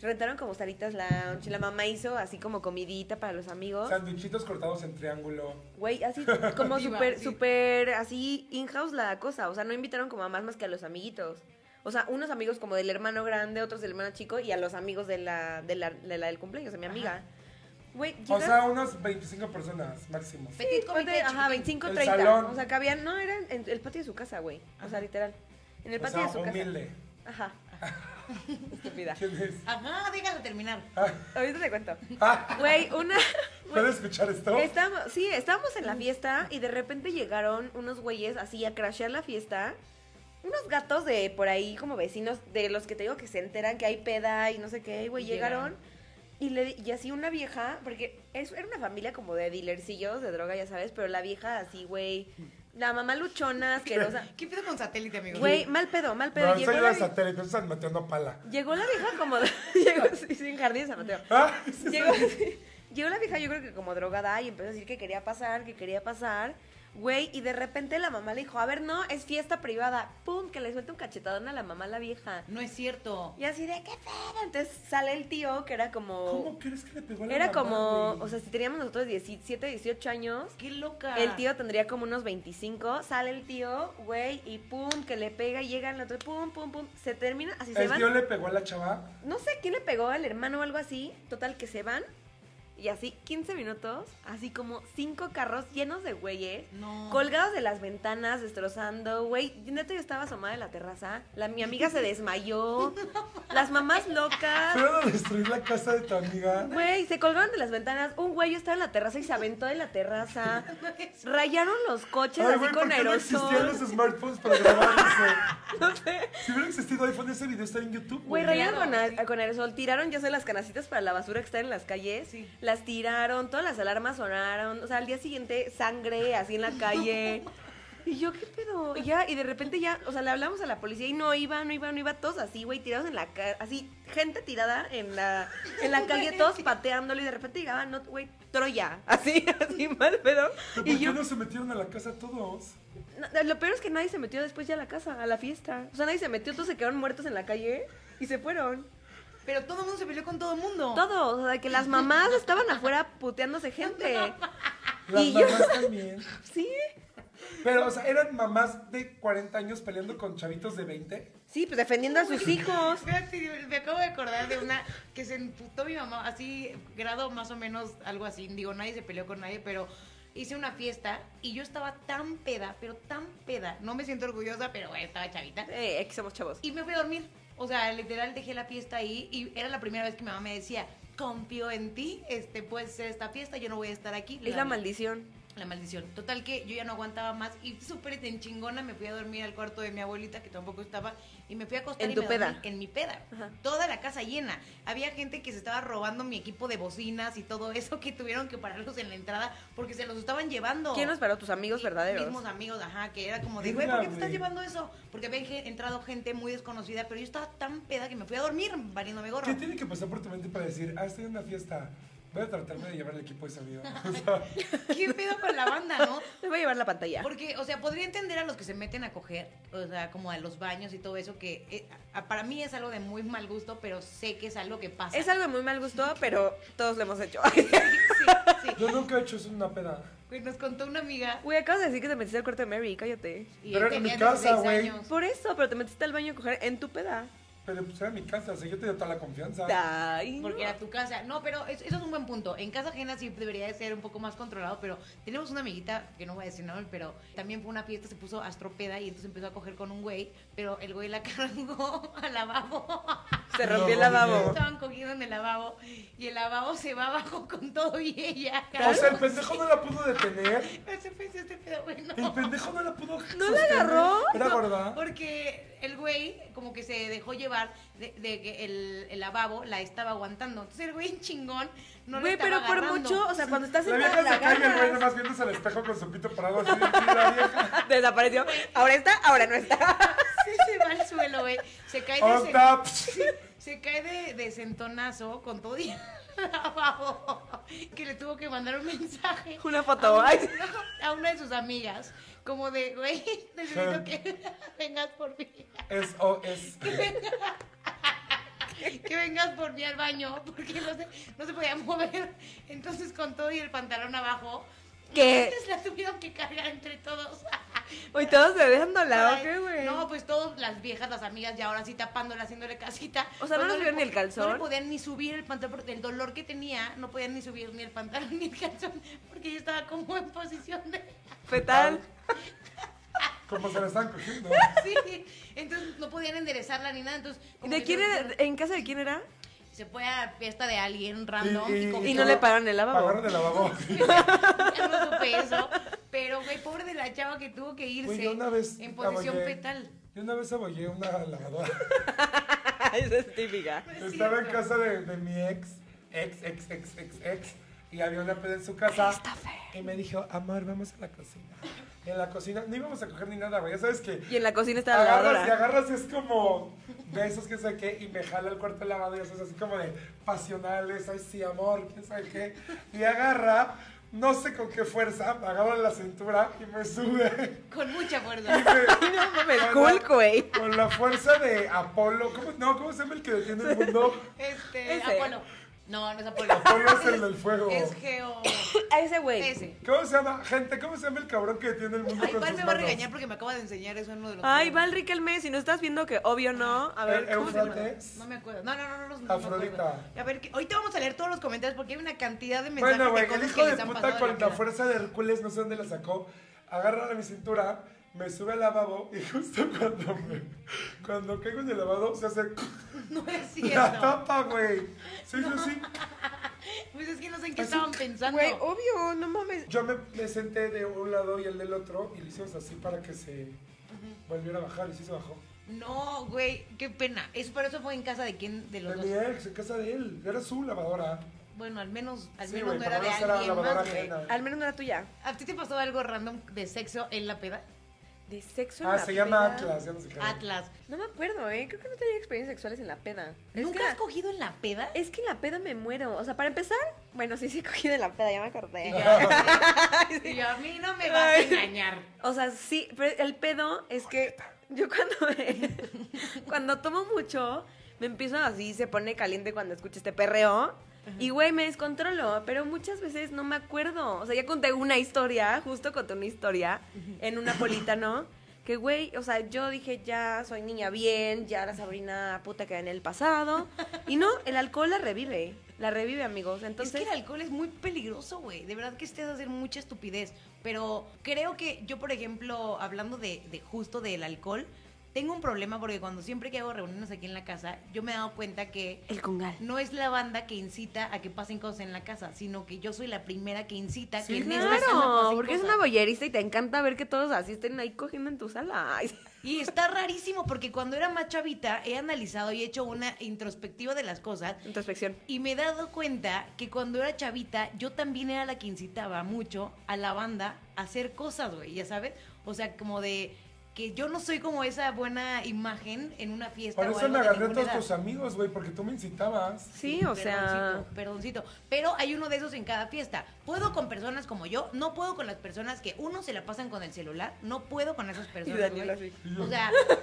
Rentaron como salitas lounge, la mamá hizo así como comidita para los amigos. Sanduichitos cortados en triángulo. Güey, [LAUGHS] así como Viva, súper, sí. súper, así in-house la cosa. O sea, no invitaron como a más más que a los amiguitos. O sea, unos amigos como del hermano grande, otros del hermano chico y a los amigos de la, de la, de la del cumpleaños, de mi amiga. Güey, O llegas- sea, unas 25 personas máximo. Pe- Petit comité ponte, ajá, chiquitín. 25, El 30. salón. O sea, cabían, no, era en el patio de su casa, güey. O sea, literal. En el O patio sea, de su humilde. casa. [LAUGHS] Ajá. Estúpida. ¿Quién es? Ajá, déjala terminar. Ahorita te cuento. Ah, Güey, una. ¿Puedes escuchar esto? Estábamos, sí, estábamos en la fiesta y de repente llegaron unos güeyes así a crashear la fiesta. Unos gatos de por ahí como vecinos, de los que te digo que se enteran que hay peda y no sé qué, güey, Y llegaron. Y, le, y así una vieja, porque es- era una familia como de dealercillos de droga, ya sabes, pero la vieja así, güey. La mamá luchona, [LAUGHS] asquerosa. ¿Qué pedo con satélite, amigos? Güey, mal pedo, mal pedo. no, llegó, soy la, la vie- satélite, están metiendo pala. llegó la vieja como... de- [LAUGHS] llegó, sí, sí, en Jardín de San Mateo. Ah, sí, Llegó, sí. llegó la vieja, yo creo que como drogada, y empezó a decir que quería pasar, que quería pasar. Güey, y de repente la mamá le dijo, a ver, no, es fiesta privada. Pum, que le suelta un cachetadón a la mamá la vieja. No es cierto. Y así de, ¿qué pedo? Entonces sale el tío, que era como... ¿Cómo crees que le pegó a la Oh. Era mamá, como, güey? o sea, si teníamos nosotros 17, 18 años, Qué loca. el tío tendría como unos 25. Sale el tío, güey, y pum, que le pega y llega el otro, pum, pum, pum. Se termina, así se El van. tío le pegó a la chava. No sé quién le pegó al hermano o algo así. Total, que se van. Y así, 15 minutos, así como cinco carros llenos de güeyes. No. Colgados de las ventanas, destrozando, güey. Neta, yo estaba asomada de la terraza. La, mi amiga se desmayó. las mamás locas. Fueron a destruir la casa de tu amiga. Güey, se colgaron de las ventanas. Un güey estaba en la terraza y se aventó de la terraza. Rayaron los coches Ay, así güey, ¿por con qué no existían [LAUGHS] los aerosol. smartphones para grabar eso? Si hubiera existido iPhone, ese video estaría en YouTube. Güey, Claro, rayaron con, sí. a- con aerosol, tiraron ya sé las canacitas para la basura que están en las calles, Sí. las tiraron, todas las alarmas sonaron, o sea, al día siguiente sangre así en la [LAUGHS] calle. Y yo, ¿qué pedo? Y ya, y de repente ya, o sea, le hablamos a la policía y no iba, no iba, no iba, todos así, güey, tirados en la calle, así, gente tirada en la, en la [LAUGHS] calle, todos pateándolo y de repente llegaban, no, güey, Troya, [LAUGHS] así, así mal pedo. ¿Pero ¿Por Y qué yo, no se metieron a la casa todos? no, lo peor es que nadie se metió después ya a la casa, a la fiesta. O sea, nadie se metió, todos se quedaron muertos en la calle y se fueron. Pero todo el mundo se peleó con todo el mundo. Todo, o sea, que las mamás estaban afuera puteándose gente. Las Y yo- [LAUGHS] mamás también. Sí, Pero, o sea, eran mamás de 40 años peleando con chavitos de 20. sí, pues defendiendo a sus hijos. Fíjate, me acabo de acordar de una que se emputó mi mamá, así, grado más o menos, algo así. Digo, nadie se peleó con nadie, pero hice una fiesta y yo estaba tan peda, pero tan peda. No me siento orgullosa, pero güey, estaba chavita. Eh, aquí somos chavos. Y me fui a dormir. O sea, literal dejé la fiesta ahí y era la primera vez que mi mamá me decía, confío en ti, este, puedes hacer esta fiesta, yo no voy a estar aquí. Es la maldición. La maldición. Total que yo ya no aguantaba más y súper ten chingona me fui a dormir al cuarto de mi abuelita que tampoco estaba y me fui a acostar En y tu me dormí peda. en mi peda. Ajá. Toda la casa llena. Había gente que se estaba robando mi equipo de bocinas y todo eso que tuvieron que pararlos en la entrada porque se los estaban llevando. ¿Quién nos paró? Tus amigos verdaderos. Mismos amigos, ajá, que era como de, güey, Verga, ¿por qué te estás güey. llevando eso? Porque había ge- entrado gente muy desconocida, pero yo estaba tan peda que me fui a dormir valiéndome gorro. ¿Qué tiene que pasar por tu mente para decir, ah, estoy en una fiesta, voy a tratarme de llevar el equipo de sonido? [LAUGHS] O sea, ¿Qué pedo con la banda, no? Me voy a llevar la pantalla. Porque, o sea, podría entender a los que se meten a coger, o sea, como a los baños y todo eso, que eh, a- para mí es algo de muy mal gusto, pero sé que es algo que pasa. Es algo de muy mal gusto, pero todos lo hemos hecho. [LAUGHS] Sí, sí. yo nunca he hecho eso en una peda. Güey, Nos contó una amiga. Güey, acabas de decir que te metiste al cuarto de Mary, cállate. Y Pero él era en mi tenía casa, 16 güey. años. Por eso, pero te metiste al baño a coger en tu peda. Pero pues era mi casa, o sea, yo tenía toda la confianza. Ay, no. Porque era tu casa. No, pero es- eso es un buen punto. En casa ajena sí debería de ser un poco más controlado, pero tenemos una amiguita, que no voy a decir nombre, pero también fue una fiesta, se puso astropeda y entonces empezó a coger con un güey, pero el güey la [LAUGHS] cargó al lavabo. Se rompió el No, lavabo. Estaban cogiendo en el lavabo y el lavabo se va abajo con todo y ella. O sea, el pendejo no la pudo detener. Ese pez, este pedo, güey, no. El pendejo no la pudo ¿No la agarró? Era gorda. Porque el güey como que se dejó llevar de, de que el, el lavabo la estaba aguantando. Entonces el güey chingón no Güey, la estaba pero por agarrando. mucho, o sea, cuando estás La en vieja la se pues, cae y el güey agarras. nada más viéndose al espejo con su pito parado así. y la vieja. [LAUGHS] Desapareció. Ahora está, ahora no está. [LAUGHS] Sí, se va al suelo, güey. Se cae de, On cen- top. se cae de, de centonazo con todo y lavabo. Que le tuvo que mandar un mensaje. Una foto. A [LAUGHS] Ay. una, a una de sus amigas. Como de, güey, necesito que vengas por mí. S.O.S. que vengas por mí al baño, porque no se, no se podía mover. Entonces, con todo y el pantalón abajo, ¿Qué? entonces la tuvieron que cargar entre todos. Hoy todos bebéndola, ¿o Ay, qué, güey? No, pues todas las viejas, las amigas, ya ahora sí tapándola, haciéndole casita. O sea, ¿no les Cuando le vieron po- ni el calzón? No le podían ni subir el pantalón, porque el dolor que tenía, no podían ni subir ni el pantalón ni el calzón, porque yo estaba como en posición de... Fetal. Como se la están cogiendo. Sí, entonces no podían enderezarla ni nada, entonces... como ¿De que quién se- era? ¿En casa de quién era? Se fue a fiesta de alguien random y, cogió- Y no le pararon el lavabo. Pagaron el lavabo. Ya no supe eso. Pero, güey, pobre de la chava que tuvo que irse Güey, yo una vez en posición abollé- fetal. Yo una vez abollé una lavadora. Esa es típica. No es Estaba en cierto. casa de, de mi ex, ex, ex, ex, ex, ex, y había una peda en su casa. Y me dijo, amor, vamos a la cocina. Y en la cocina, no íbamos a coger ni nada, güey. Ya sabes que Y en la cocina estaba la agarras y lavadora. agarras y es como de esos que sé qué, y me jala el cuarto lavado y eso es así como de pasionales, ay sí, amor, quién sabe qué. Y agarra, no sé con qué fuerza, me agarra la cintura y me sube. [LAUGHS] Con mucha Y fuerza. me- No [LAUGHS] mames, Con cool, la- güey. Con la fuerza de Apolo. ¿Cómo, no, ¿cómo se llama el que detiene el mundo? Este, Ese. Apolo. No, no es Apolo. Apolo es el del fuego. Es Geo. A ese güey. Ese. ¿Cómo se llama? Gente, ¿cómo se llama el cabrón que detiene el mundo Ay, con Val sus me va a manos? regañar porque me acaba de enseñar eso en uno de los. Ay, videos. Val Riquelme, si no estás viendo que obvio no. A ver, Eh, ¿cómo se llama? Eufrates. No me acuerdo. No, no, no, no, no, no Afrodita. Me acuerdo. A ver, que- ahorita vamos a leer todos los comentarios porque hay una cantidad de mensajes Bueno, güey, de cosas el que hijo de les han pasado puta en con la vida. fuerza de Hércules, no sé dónde la sacó, agarra a mi cintura, me sube al lavabo y [LAUGHS] justo cuando me, cuando caigo en el lavabo se hace [LAUGHS] No es la [LAUGHS] cierto. tapa, güey. Sí, sí, [LAUGHS] sí. Pues es que no sé en qué Así- estaban pensando. Güey, oh. obvio, no mames. Yo me, me senté de un lado y el del otro y le hicimos así para que se volviera a bajar y sí se bajó. No, güey, qué pena. Eso, pero eso fue en casa de quién de los De dos. mi ex, en casa de él, era su lavadora. Bueno, al menos, al Sí, menos güey, no por era lo de menos era alguien lavadora más, güey. ajena. Al menos no era tuya. ¿A ti te pasó algo random de sexo en la peda? De sexo en Ah, la se llama peda. Atlas, ya no sé qué. [LAUGHS] Atlas. No me acuerdo, ¿eh? Creo que no tenía experiencias sexuales en la peda. Es ¿Nunca que has cogido en la peda? [LAUGHS] Es que en la peda me muero. O sea, para empezar, bueno, sí, [LAUGHS] sí, cogí de la peda, ya me Y acordé. ya- y yo, a mí no me vas a Ay. engañar. O sea, sí, pero el pedo es que yo cuando, [LAUGHS] cuando tomo mucho, me empiezo así, se pone caliente cuando escucho este perreo. Y güey, me descontrolo, pero muchas veces no me acuerdo. O sea, ya conté una historia, justo conté una historia en una polita, ¿no? Que güey, o sea, yo dije, ya soy niña bien, ya la Sabrina puta queda en el pasado. Y no, el alcohol la revive, la revive, amigos. Entonces, es que el alcohol es muy peligroso, güey. De verdad que estés a hacer mucha estupidez. Pero creo que yo, por ejemplo, hablando de, de justo del alcohol, Tengo un problema porque cuando siempre que hago reuniones aquí en la casa, yo me he dado cuenta que El congal. no es la banda que incita a que pasen cosas en la casa, sino que yo soy la primera que incita a que Sí, en esta casa Claro, pasen porque es cosas. una bollerista y te encanta ver que todos así estén ahí cogiendo en tu sala. [LAUGHS] Ay, Y está rarísimo porque cuando era más chavita he analizado y he hecho una introspectiva de las cosas Introspección. y me he dado cuenta que cuando era chavita yo también era la que incitaba mucho a la banda a hacer cosas, güey, ya sabes? O sea, como de que yo no soy como esa buena imagen en una fiesta. Por o eso algo me de agarré a ninguna todos edad. tus amigos, güey, porque tú me incitabas. Sí, o sea. Perdoncito, perdoncito. Pero hay uno de esos en cada fiesta. Puedo con personas como yo, no puedo con las personas que uno se la pasan con el celular, no puedo con esas personas. Daniela güey. O sea, [LAUGHS] [LAUGHS]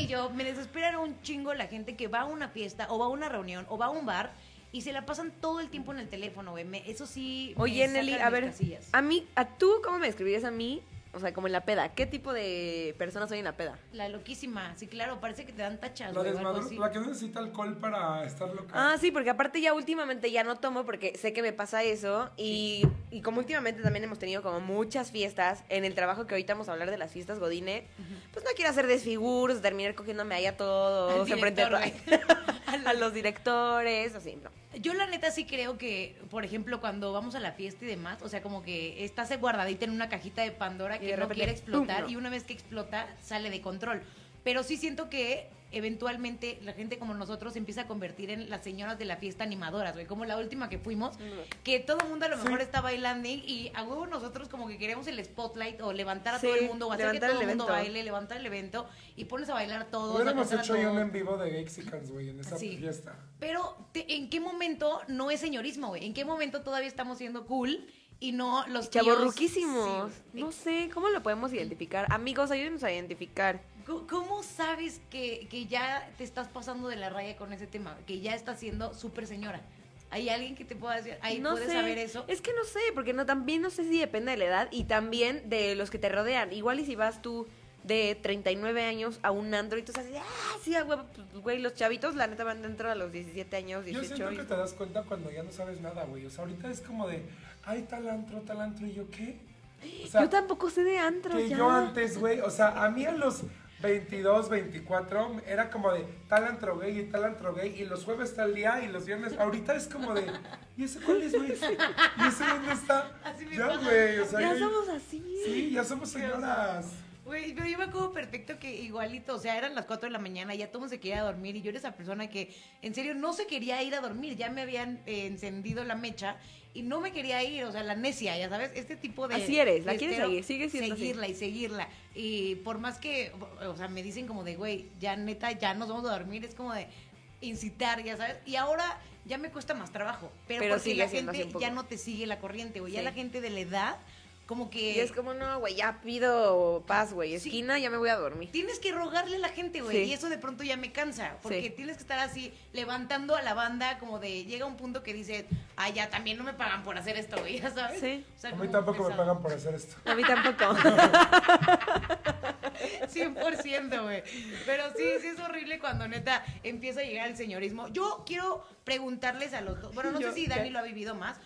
y yo me desespera un chingo la gente que va a una fiesta o va a una reunión o va a un bar y se la pasan todo el tiempo en el teléfono, güey. Me- Eso sí. me Oye, saca Nelly, de a mis ver, ah. casillas. a mí, a tú, ¿cómo me describirías a mí? O sea, como en la peda. ¿Qué tipo de persona soy en la peda? La loquísima, sí, claro, parece que te dan tachas, La, güey, o algo desmadro- así. la que no necesita alcohol para estar loca. Ah, sí, porque aparte ya últimamente ya no tomo porque sé que me pasa eso y, y como últimamente también hemos tenido como muchas fiestas en el trabajo que ahorita vamos a hablar de las fiestas Godine, pues no quiero hacer desfiguros, terminar cogiéndome ahí a [LAUGHS] Al todos, enfrente de director, to- a los directores, así, no. Yo la neta sí creo que, por ejemplo, cuando vamos a la fiesta y demás, o sea, como que estás guardadita en una cajita de Pandora Y que de no repente, quiere explotar ¡pum! no. y una vez que explota sale de control. Pero sí siento que eventualmente la gente como nosotros se empieza a convertir en las señoras de la fiesta animadoras, güey, como la última que fuimos, que todo el mundo a lo mejor está bailando y a huevo nosotros como que queremos el spotlight o levantar a Sí, todo el mundo o hacer que levantar todo el el mundo evento. baile, levantar el evento y pones a bailar a todos. a Hubiéramos cantar a hecho ya un todos. en vivo de Gexicans, güey, en esa Sí. fiesta. Pero, te- ¿en qué momento no es señorismo, güey? ¿En qué momento todavía estamos siendo cool y no los tíos- Chavorruquísimos. Sí, güey. No sé, ¿cómo lo podemos identificar? Amigos, ayúdenos a identificar. Co- ¿Cómo sabes que, que ya te estás pasando de la raya con ese tema? Que ya estás siendo súper señora. ¿Hay alguien que te pueda decir, ahí no puedes sé. saber eso? Es que no sé, porque no también no sé si depende de la edad y también de los que te rodean. Igual y si vas tú de 39 años a un andro y tú estás así, ah, sí, ah, güey, pues, güey, los chavitos la neta van dentro a los 17 años, Yo 18. siento que y- te das cuenta cuando ya no sabes nada, güey. O sea, ahorita es como de, ay, tal antro, tal antro, ¿y yo qué? O sea, yo tampoco sé de antro que ya. yo antes, güey, o sea, a mí a los 22, 24, era como de tal antro gay y tal antro gay, y los jueves tal día y los viernes. Ahorita es como de, ¿y ese cuál es, güey? ¿Y ese dónde está? Así me ya, pasa. güey, o sea, ya yo- somos así. Sí, ya somos señoras. Güey, pero yo me acuerdo perfecto que igualito, o sea, eran las 4 de la mañana, ya todo el mundo se quería ir a dormir y yo era esa persona que en serio no se quería ir a dormir, ya me habían eh, encendido la mecha y no me quería ir, o sea, la necia, ya sabes, este tipo de... Así eres, la de quieres estero, seguir, sigue siendo así. Seguirla y seguirla. Y por más que, o sea, me dicen como de, güey, ya neta, ya nos vamos a dormir, es como de incitar, ya sabes, y ahora ya me cuesta más trabajo, pero, Pero porque sigue la siendo así gente un poco. ya no te sigue la corriente, güey, ya Sí. la gente de la edad como que... Y es como, no, güey, ya pido paz, güey, Sí. esquina, ya me voy a dormir. Tienes que rogarle a la gente, güey. Sí. Y eso de pronto ya me cansa. Porque Sí. tienes que estar así levantando a la banda, como de llega un punto que dices, ah, ya también no me pagan por hacer esto, güey, ya sabes. Sí. O sea, A mí como tampoco me pesado. pagan por hacer esto. A mí [LAUGHS] tampoco. 100%, güey. Pero sí, sí es horrible cuando neta empieza a llegar el señorismo. Yo quiero preguntarles a los dos. Bueno, no Yo, sé si ya. Dani lo ha vivido más.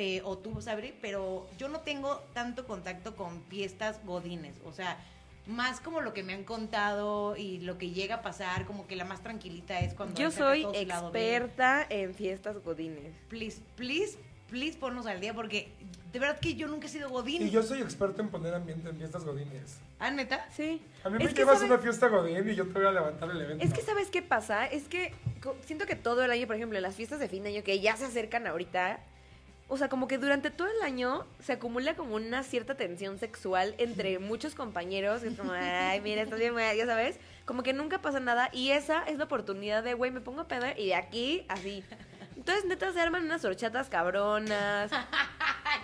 eh, o tú, Sabri, pero yo no tengo tanto contacto con fiestas godines, o sea, más como lo que me han contado y lo que llega a pasar, como que la más tranquilita es cuando... Yo saca soy todo su lado B. experta en fiestas godines. Please, please, please ponnos al día porque de verdad que yo nunca he sido godín. Y yo soy experto en poner ambiente en fiestas godines. Ah, neta. Sí. A mí Es me que, llevas ¿sabe? una fiesta godín y yo te voy a levantar el evento. Es que ¿sabes qué pasa? Es que co- siento que todo el año, por ejemplo, en las fiestas de fin de año que ya se acercan ahorita, o sea, como que durante todo el año se acumula como una cierta tensión sexual entre muchos compañeros, que [LAUGHS] es como, ay, mira, estás bien, buena", ya sabes, como que nunca pasa nada y esa es la oportunidad de, güey, me pongo a pedo y de aquí, así. Entonces, neta, se arman unas horchatas cabronas,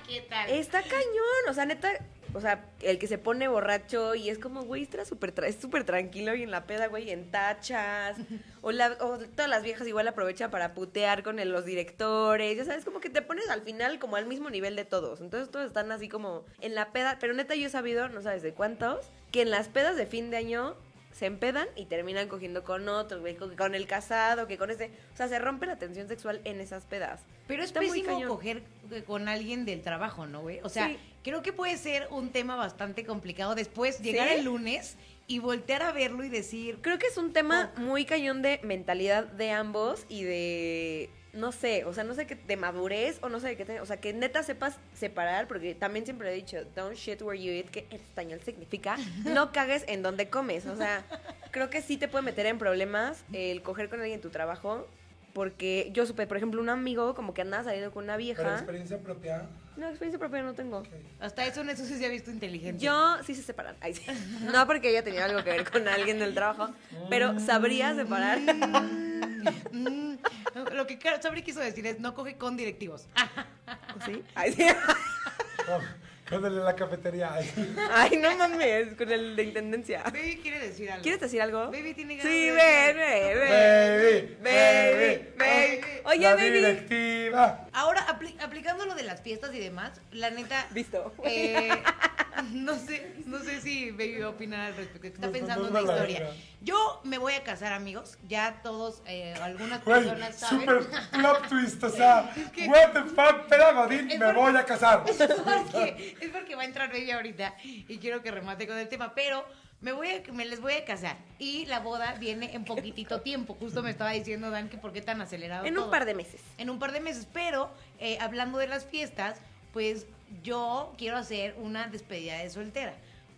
¿Qué tal? Está cañón, o sea, neta, o sea, el que se pone borracho y es como, güey, este era súper tra- es súper tranquilo y en la peda, güey, en tachas. O, la, o todas las viejas igual aprovechan para putear con el- los directores, ya sabes, como que te pones al final como al mismo nivel de todos. Entonces todos están así como en la peda, pero neta yo he sabido, no sabes de cuántos, que en las pedas de fin de año se empedan y terminan cogiendo con otros, güey, con- con el casado, que con ese, o sea, se rompe la tensión sexual en esas pedas. Pero es Está muy pésimo cañón. coger eh, con alguien del trabajo, ¿no, güey? O sea, Sí. creo que puede ser un tema bastante complicado después llegar ¿Sí? el lunes y voltear a verlo y decir, Creo que es un tema muy cañón de mentalidad de ambos y de no sé, o sea, no sé qué de madurez o no sé de qué, te- o sea, que neta sepas separar porque también siempre he dicho don't shit where you eat que en español significa no cagues en donde comes, o sea, creo que sí te puede meter en problemas el coger con alguien tu trabajo porque yo supe, por ejemplo, un amigo como que andaba saliendo con una Pero vieja. experiencia propia. [LAUGHS] No, experiencia propia no tengo. ok. hasta eso en eso sí se ha visto inteligente. Yo sí sé separar. Ay, sí. No porque ella tenía algo que ver con alguien del trabajo, pero sabría separar. Mm, [LAUGHS] lo que Car- Sabri quiso decir es no coge con directivos. Ah, ¿Sí? Ay, sí. [LAUGHS] Oh, cuando en la cafetería. ay. Ay, no mames, con el de intendencia. baby quiere decir algo. ¿Quieres decir algo? Baby tiene ganas Sí, de- ven, ven, ven. Baby, Baby, baby. Oye, la baby. directiva. Ahora, apli- aplicando lo de las fiestas y demás, la neta, Visto. Eh, [LAUGHS] no sé, no sé si Baby va a opinar al respecto. Está No, pensando no, una no, la historia. verdad. Yo me voy a casar, amigos. Ya todos, eh, algunas Güey, personas saben. super plot twist, o [LAUGHS] sea, que- what the fuck, Pera Godín, Es me porque- voy a casar. [LAUGHS] Es porque, es porque va a entrar Baby ahorita y quiero que remate con el tema, pero me voy a, me les voy a casar y la boda viene en poquitito tiempo. Justo me estaba diciendo Dan que por qué tan acelerado. En un todo. par de meses. en un par de meses. Pero eh, hablando de las fiestas, pues yo quiero hacer una despedida de soltera.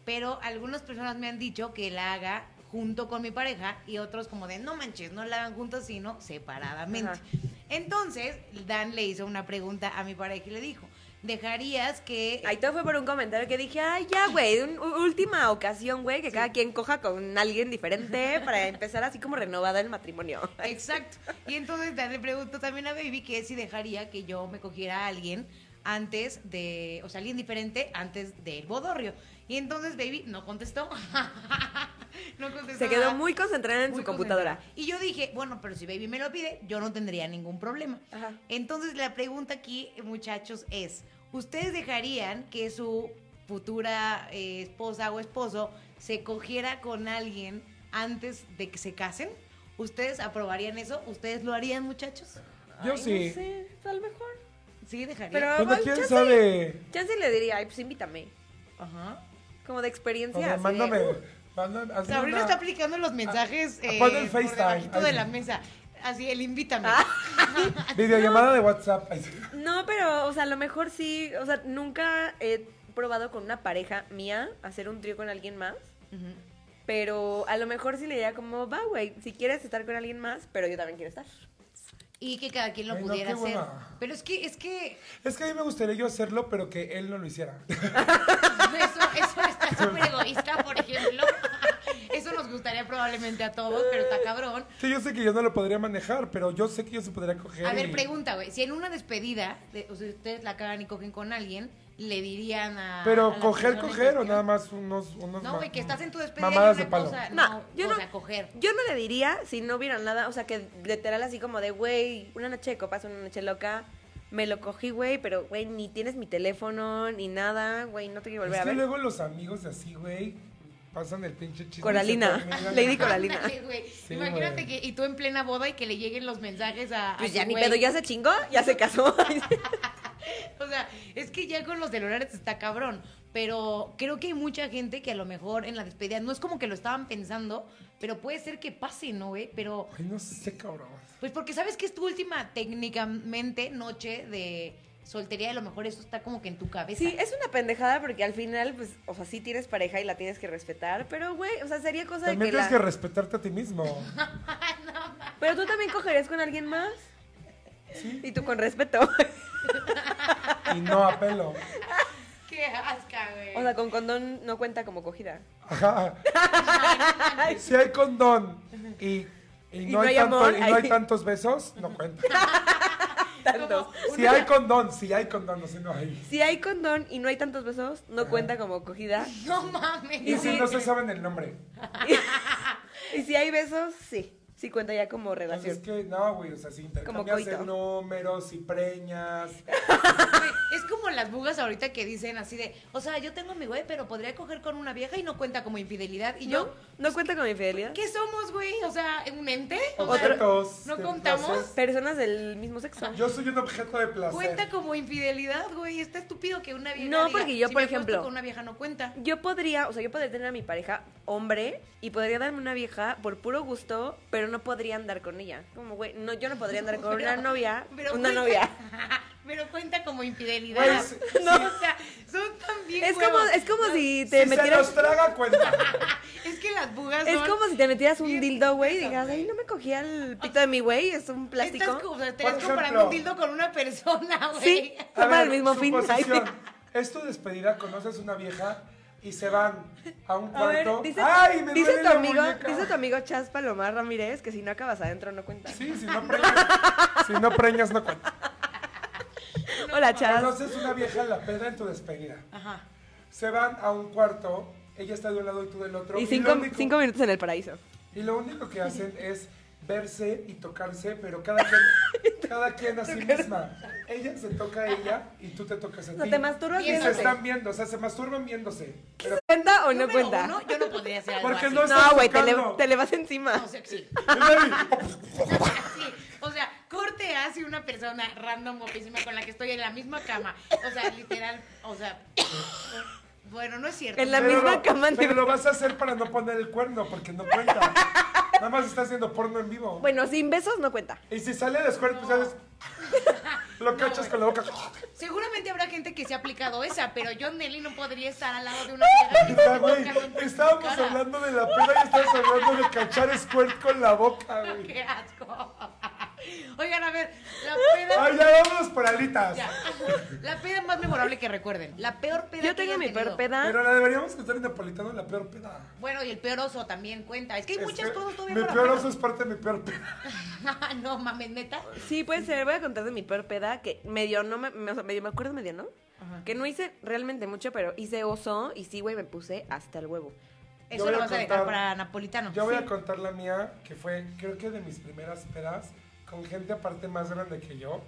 Pero algunas personas me han dicho que la haga junto con mi pareja y otros como de no manches, no la hagan juntos, sino separadamente. Ajá. Entonces, Dan le hizo una pregunta a mi pareja y le dijo, ¿dejarías que... Ahí todo fue por un comentario que dije, ay, ya, güey, un- u- última ocasión, güey, que cada quien coja con alguien diferente para empezar así como renovada el matrimonio. Exacto. Y entonces Dan le preguntó también a Baby que si dejaría que yo me cogiera a alguien antes de, o sea, alguien diferente antes del bodorrio. Y entonces Baby no contestó. [LAUGHS] no contestó. Se quedó nada. Pues muy concentrada en Muy su computadora. concentrada. Y yo dije, bueno, pero si Baby me lo pide, yo no tendría ningún problema. Ajá. Entonces la pregunta aquí, muchachos, es, ¿ustedes dejarían que su futura eh, esposa o esposo se cogiera con alguien antes de que se casen? ¿Ustedes aprobarían eso? ¿Ustedes lo harían, muchachos? Yo Ay, sí. No sé, a lo mejor. Sí, dejarían. Pero, Bueno, ay, quién chance- sabe. Chance le diría, ay, pues invítame. Ajá. Como de experiencia. O sea, así de- "Uh, mándame, mándame. hazme Uh. Sabrina una- está aplicando los mensajes eh, Ah, pon el por FaceTime. debajito de Ay. Ah. la mesa. Así, el invítame. Videollamada de WhatsApp. Ay, sí. No, pero, o sea, a lo mejor sí. O sea, nunca he probado con una pareja mía hacer un trío con alguien más. Ujú. Pero a lo mejor sí le diría como, va, güey, si quieres estar con alguien más, pero yo también quiero estar. Y que cada quien lo Ay, no, pudiera qué hacer. hueva. Pero es que, es que Es que a mí me gustaría yo hacerlo, pero que él no lo hiciera. [LAUGHS] Eso, eso está súper egoísta, por ejemplo. [LAUGHS] Eso nos gustaría probablemente a todos, pero está cabrón. Sí, yo sé que yo no lo podría manejar, pero yo sé que yo se podría coger. A ver, y- pregunta, güey. Si en una despedida, de- o sea, ustedes la cagan y cogen con alguien, le dirían a. a Pero la coger, persona en coger o cuestión? nada más unos. unos No, ma- güey, que estás en tu despedida. y Mamadas una de palo. cosa- No, no, yo o no. sea, coger. Yo no le diría si no hubiera nada. O sea, que literal así como de, güey, una noche de copas, una noche loca. Me lo cogí, güey, pero, güey, ni tienes mi teléfono, ni nada, güey, no te quiero volver Es a que ver. luego los amigos de así, güey, pasan el pinche chisme. y se Coralina, [LAUGHS] terminan- Lady Coralina. Ándale, güey. Sí, [LAUGHS] Imagínate güey. que. Y tú en plena boda y que le lleguen los mensajes a. a Pues tu ya ni güey. pedo, ya se chingó, ya se casó. [LAUGHS] O sea, es que ya con los celulares está cabrón. Pero creo que hay mucha gente que a lo mejor en la despedida no es como que lo estaban pensando, pero puede ser que pase, ¿no, güey? Pero, Ay, no sé, cabrón. pues porque sabes que es tu última técnicamente noche de soltería y a lo mejor eso está como que en tu cabeza. Sí, es una pendejada porque al final, pues, o sea, sí tienes pareja y la tienes que respetar, pero, güey, o sea, sería cosa de También que, tienes la... que respetarte a ti mismo. Pero tú también cogerías con alguien más. Y tú con respeto. Y no [LAUGHS] apelo. Qué asca, güey. O sea, con condón no cuenta como cogida. Ajá. Si hay condón y, y no, hay tanto- amor, y no ahí- hay tantos besos, no [LAUGHS] cuenta. Tantos. Si hay condón, si hay condón, no si no hay. Si hay condón y no hay tantos besos, no cuenta como cogida. no mames. Y si sí. no se saben el nombre. Y si hay besos, sí. Sí cuenta ya como Entonces, relación. que no, güey, o sea, si intercambias coito. [LAUGHS] números y preñas. Güey, Es como las bugas ahorita que dicen así de, o sea, yo tengo a mi güey, pero podría coger con una vieja y no cuenta como infidelidad. Y ¿No? yo, ¿No cuenta con mi infidelidad? ¿qué somos, güey? O sea, ¿un ente? O sea, Objetos ¿no de contamos? placer. Personas del mismo sexo. Yo soy un objeto de placer. Cuenta como infidelidad, güey. Está estúpido que una vieja. No, diga, porque yo, "Si por me acuesto ejemplo- Con una vieja no cuenta. [LAUGHS] Yo podría, o sea, yo podría tener a mi pareja hombre y podría darme una vieja por puro gusto, pero no podría andar con ella. Como, güey, no, yo no podría andar con una Pero- novia, pero una cuenta- [LAUGHS] novia. Pero cuenta como infidelidad. Güey, sí, [LAUGHS] no, o sea, son tan bien. Es como, huevos. es como si Si te se metieras... nos traga, cuenta. Es que las bugas Es son- como si te metieras un Bien dildo, güey, y pendejas, digas, ay, güey. no me cogía el pito de mi güey, es un Estás, co- plástico. o sea, estarías Por comparando ejemplo. un dildo con una persona, [LAUGHS] güey. Sí, A son para el ver, mismo fin. suposición. Ay, Es tu despedida, conoces una vieja y se van a un A ver, cuarto. dice, ¡Ay, me dice duele tu la amigo, muñeca! dice tu amigo Chas Palomar Ramírez que si no acabas adentro no cuenta. Sí, si no preñas, si no, preñas, no cuenta. Hola, Chas. Conoces una vieja en la peda en tu despedida. Ajá. Se van a un cuarto, ella está de un lado y tú del otro. Y lo cinco, único- cinco minutos en el paraíso. y lo único que hacen es verse y tocarse, pero cada [LAUGHS] quien, cada quien a sí misma. Ella se toca a ella y tú te tocas a O sea, ti. te masturbas y se viéndote. están viendo, o sea, se masturban viéndose. [LAUGHS] Pero ¿Cuenta o no Número cuenta? uno, yo no podría hacer algo Porque así. no es- No, güey, te le, tocando. te le vas encima. No, sexy. Sí, o sea, corte hace una persona random guapísima con la que estoy en la misma cama. O sea, literal, o sea. [COUGHS] Bueno, no es cierto. En la misma lo- cama de- Pero lo vas a hacer para no poner el cuerno, porque no [LAUGHS] cuenta. Nada más estás haciendo porno en vivo. Bueno, sin besos no cuenta. Y si sale de escuela, pues [LAUGHS] sabes. Lo cachas con la boca. Seguramente habrá gente que se ha aplicado esa, pero yo, Nelly, no podría estar al lado de una vieja que se Ya, está güey, tocando en su estábamos cara. hablando de la peda y estabas hablando de cachar squirt con la boca, güey. ¡Qué asco! Oigan, a ver, la peda. Ay, ya vámonos por alitas. Ya. La peda más memorable que recuerden. La peor peda Yo que tengo hayan mi peor tenido. peda. Pero la deberíamos estar en napolitano la peor peda. Bueno, y el peor oso también cuenta. Es que hay Es muchas que cosas todavía Mi por peor hablar. oso es parte de mi peor peda. [LAUGHS] no mames, neta. Sí, puede ser. Voy a contar de mi peor peda que medio no me, me- o sea, medio me acuerdo medio, ¿no? Que no hice realmente mucho, pero hice oso y sí, güey, me puse hasta el huevo. Yo Eso voy lo a vas a dejar contar- para napolitano. Yo voy a contar la mía, que fue, creo que de mis primeras pedas, con gente aparte más grande que yo.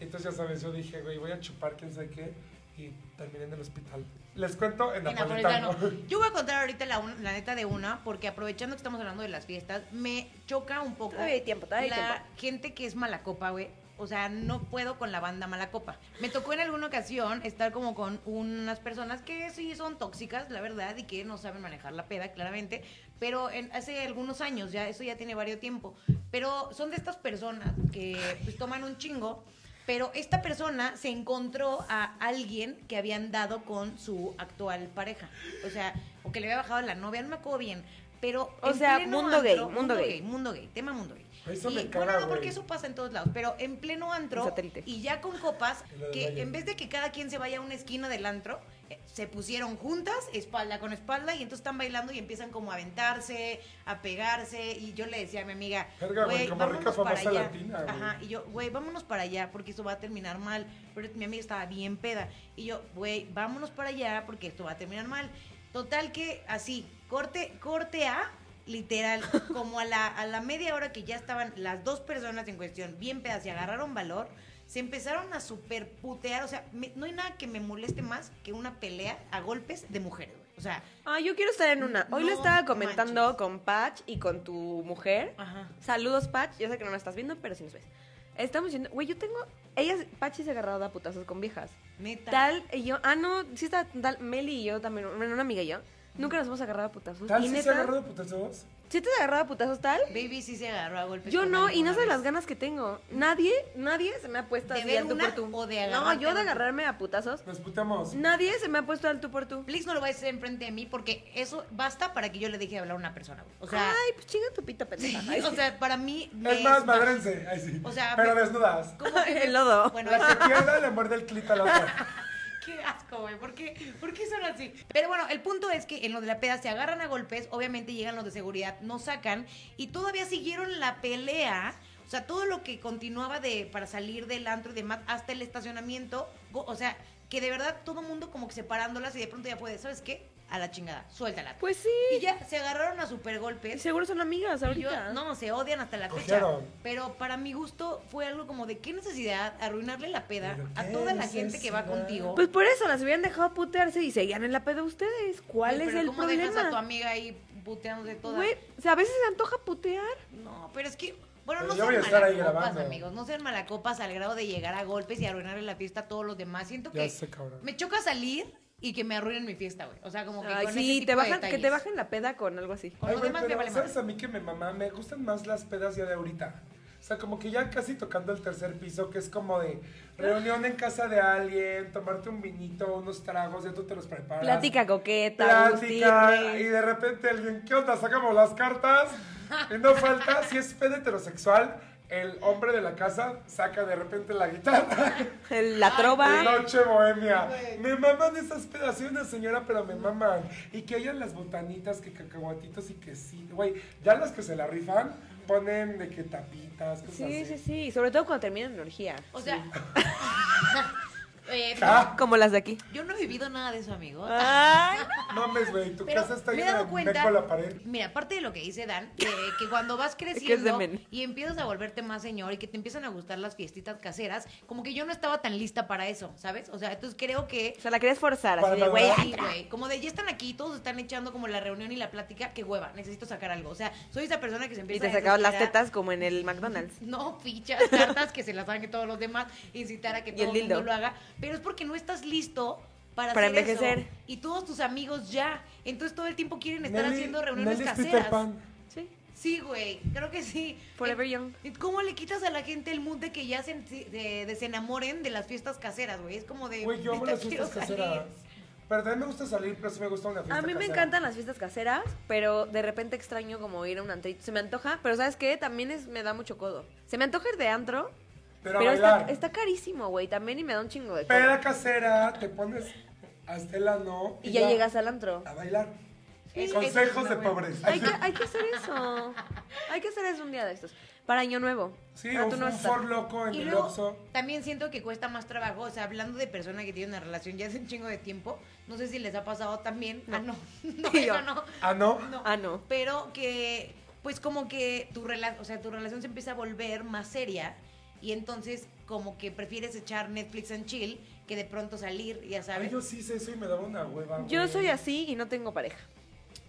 Entonces, ya sabes, yo dije, güey, voy a chupar quién sabe qué, y terminé en el hospital. Les cuento en En napolitano. napolitano. Yo voy a contar ahorita la, un- la neta de una, porque aprovechando que estamos hablando de las fiestas, me choca un poco. Todavía hay tiempo, todavía la hay tiempo. gente que es mala copa, güey. O sea, no puedo con la banda mala copa. Me tocó en alguna ocasión estar como con unas personas que sí son tóxicas, la verdad, y que no saben manejar la peda, claramente. Pero en- hace algunos años, ya eso ya tiene varios tiempo. Pero son de estas personas que pues, toman un chingo. Pero esta persona se encontró a alguien que habían dado con su actual pareja. O sea, o que le había bajado la novia, no me acuerdo bien. Pero O en sea, pleno mundo gay, mundo gay. mundo gay, tema mundo gay. Eso y, me caga, bueno, no, güey. porque eso pasa en todos lados, pero en pleno antro El satélite. y ya con copas, Y la de que Ryan. en vez de que cada quien se vaya a una esquina del antro, eh, se pusieron juntas, espalda con espalda, y entonces están bailando y empiezan como a aventarse, a pegarse, y yo le decía a mi amiga, Verga, güey, güey, como rica vámonos para famosa allá. latina, güey. Ajá, y yo, güey, vámonos para allá porque esto va a terminar mal. Pero mi amiga estaba bien peda. Y yo, güey, vámonos para allá porque esto va a terminar mal. Total que así, corte, corte a, [LAUGHS] literal, como a la, a la media hora que ya estaban las dos personas en cuestión bien pedas y agarraron valor, se empezaron a superputear. O sea, me- no hay nada que me moleste más que una pelea a golpes de mujeres, güey. O sea, Ah, yo quiero estar en una. Hoy lo No estaba comentando manches. con Patch y con tu mujer. ajá. Saludos, Patch. Yo sé que no me estás viendo, pero sí nos ves. Estamos diciendo, güey, yo tengo. Ellas, Patch sí se agarraba a putazos con viejas. Neta. Tal, y yo, ah, no, sí está tal, Meli y yo también, bueno, una amiga y yo, nunca nos hemos agarrado a [LAUGHS] putazos. ¿Tal y si se neta, agarró de putazos? ¿sí te has agarrado a putazos tal? Baby sí se agarró a golpes. Yo con no, y no alguna sé las vez. ganas que tengo. Nadie, nadie se me ha puesto ¿De así ver al tú una por tú. o de no, agarrarte yo de al tú? agarrarme a putazos, Nos puteamos. nadie se me ha puesto al tú por tú. Please no lo vayas a hacer enfrente de mí porque eso basta para que yo le deje de hablar a una persona, güey. O sea, [LAUGHS] Ay, pues chinga tu pita, pendeja. Ay, o sea, para mí me Es más, es- madrense. Ay, sí. O sea, pero me- desnudas. [LAUGHS] como que [LAUGHS] me- El lodo. [LAUGHS] Bueno, La que pierda le muerde el clit a la otra. Qué asco, güey. ¿Por qué, ¿Por qué son así? Pero bueno, el punto es que en lo de la peda se agarran a golpes, obviamente llegan los de seguridad, nos sacan y todavía siguieron la pelea. O sea, todo lo que continuaba de para salir del antro y demás hasta el estacionamiento, go- o sea, que de verdad todo mundo como que separándolas y de pronto ya puede, ¿sabes qué? a la chingada, suéltala. Pues sí. Y ya se agarraron a super golpes. Seguro son amigas Y yo- ahorita. no, se odian hasta la fecha. Cogieron. Pero para mi gusto fue algo como de qué necesidad arruinarle la peda Pero a qué toda la gente que va necesidad. contigo. Pues por eso las hubieran dejado putearse y seguían en la peda ustedes. ¿Cuál Güey, es pero el ¿cómo dejas a tu problema? amiga ahí puteándose toda? Güey, o sea, a veces se antoja putear. No, pero es que, bueno, Pero no yo voy a sean estar ahí malacopas, grabando. amigos. No sean malacopas al grado de llegar a golpes y arruinarle la fiesta a todos los demás. Siento Ya que sé, cabrón. me choca salir y que me arruinen mi fiesta, güey. O sea, como que Ay, con ese sí, te tipo de bajan, que detalles. te bajen la peda con algo así. Con Ay, los güey, demás me pero vale ¿Sabes madre. a mí que me mamá? Me gustan más las pedas ya de ahorita. O sea, como que ya casi tocando el tercer piso, que es como de reunión en casa de alguien, tomarte un vinito, unos tragos, ya tú te los preparas. Plática coqueta, Plática, gustible. y de repente alguien, ¿qué onda? Sacamos las cartas. Y no falta, si es peda heterosexual, el hombre de la casa saca de repente la guitarra. La trova. Noche bohemia. Güey. Me maman esas pedaciones, señora, pero me maman. Y que hayan las botanitas, que cacahuatitos y que sí. Güey, ya las que se la rifan ponen de que tapitas, cosas Sí, así. sí, sí. Sobre todo cuando terminan en orgía. O sea, [LAUGHS] eh, Ah, Como las de aquí. yo no he vivido nada de eso, amigo. Ah, Ay, mames, güey, tu Pero casa está me he llena dado de cuenta, meco a la pared. mira, aparte de lo que dice Dan, que, que cuando vas [LAUGHS] es de creciendo men. y empiezas a volverte más señor y que te empiezan a gustar las fiestitas caseras, como que yo no estaba tan lista para eso, ¿sabes? O sea, entonces creo que... [LAUGHS] o sea, la querías forzar. Para Así de, la güey, verdad. sí, ay, tra- güey, como de ya están aquí, todos están echando como la reunión y la plática, qué hueva, necesito sacar algo. O sea, soy esa persona que se Y empieza te a sacabas las desesperar. tetas como en el McDonald's. No, fichas, cartas que se las hagan que todos los demás, incitar a que Y todo el el mundo dildo. lo haga, pero es porque no estás listo para, Para hacer eso. envejecer. Y todos tus amigos ya, entonces todo el tiempo quieren estar Nelly- haciendo reuniones Nelly es Peter caseras. Pan. Sí. Sí, güey, creo que sí. Forever Eh, young. ¿y ¿Cómo le quitas a la gente el mood de que ya se, se- desenamoren de las fiestas caseras, güey? Es como de... Güey, yo amo "Neta, las fiestas quiero caseras. salir". Pero también me gusta salir, pero sí me gusta una fiesta A mí me casera. encantan las fiestas caseras, pero de repente extraño como ir a un antrito. Se me antoja, pero ¿sabes qué? También es, me da mucho codo. Se me antoja ir de antro, Pero, pero, a está, bailar. está carísimo, güey, también y me da un chingo de codo. Peda casera, te pones hasta el ano. y ya llegas al antro. A bailar. Sí. Consejos Es de una buena- pobreza. Hay que, hay que hacer eso. Hay que hacer eso un día de estos. Para Año Nuevo. Sí, Para un, tu un no estar. Ford loco en Y el luego, Oxxo. también siento que cuesta más trabajo, o sea, hablando de personas que tienen una relación ya hace un chingo de tiempo, no sé si les ha pasado también, No. ah, no, [LAUGHS] no, Sí, yo. eso no, Ah, no. no. Ah, no. pero que pues como que tu relación, o sea, tu relación se empieza a volver más seria y entonces como que prefieres echar Netflix and chill que de pronto salir, ya Ay, sabes, yo sí hice eso y me daba una hueva. Yo güey. soy así y no tengo pareja.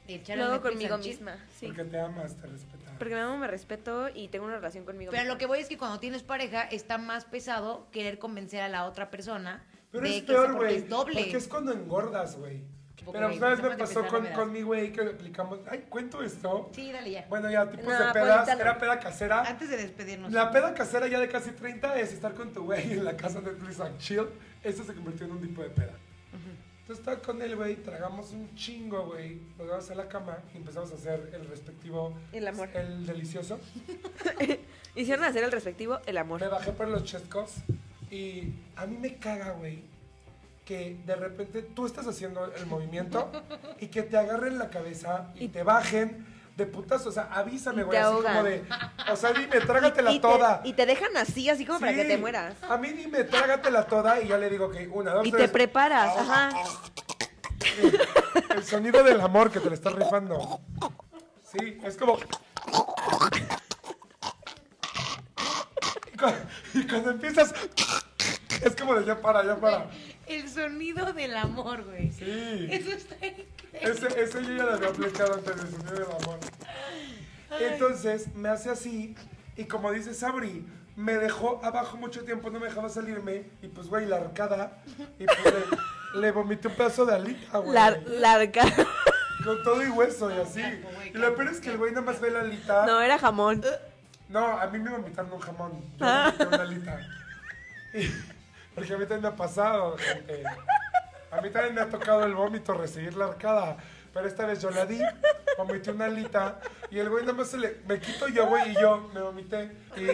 echar Lo el hago Netflix conmigo and chill. misma. Sí. Porque te amas, te respetas. Porque me amo, me respeto y tengo una relación conmigo Pero misma. lo que voy es que cuando tienes pareja está más pesado querer convencer a la otra persona Pero de es que peor, porque güey. es doble. Porque es cuando engordas, güey. Poco, Pero güey, una vez me déjame de pasó pensar, con, no me con das. mi güey que le aplicamos. Ay, cuento esto. Sí, pues, dale ya. Bueno, ya, tipos No, de pedas. cuéntalo. Era peda casera. Antes de despedirnos. La peda casera ya de casi 30 es estar con tu güey en la casa de Netflix and Chill. Eso se convirtió en un tipo de peda. Entonces estaba con el güey, tragamos un chingo, güey. Nos vamos a la cama y empezamos a hacer el respectivo. El amor. El delicioso. Hicieron hacer el respectivo el amor. Me bajé por los chescos y a mí me caga, güey, que de repente tú estás haciendo el movimiento y que te agarren la cabeza y, te bajen de putazo. O sea, avísame, Y güey, te así como ahogan. de, o sea, dime, Y- trágatela [LAUGHS] y te- toda. y te dejan así, así como para que Sí. te mueras. A mí dime, trágatela toda y ya le digo que una, dos, Y te tres. preparas, ah, ajá. El sonido del amor que te le estás rifando. Sí, es como. Y cu- y cuando empiezas. Es como de ya para, ya para. El sonido del amor, güey. Sí. Eso está increíble. Ese, ese yo ya lo había aplicado antes del sonido del amor. Entonces me hace así. Y como dice Sabri, me dejó abajo mucho tiempo, no me dejaba salirme. Y pues, güey, la arcada. Y pues le, le vomité un pedazo de alita, ah, güey. Lar- larga. Con todo y hueso y así. Caco, güey, Y lo peor es que el güey nada más ve la alita. [LAUGHS] No, No, era jamón. a mí me vomitaron un jamón. Yo vomité una alita. Y- porque a mí también me ha pasado, gente. A mí también me ha tocado el vómito recibir la arcada. Pero esta vez yo la di, vomité una alita. Y el güey nada más se le. Me quito yo, güey, y yo me vomité. Y.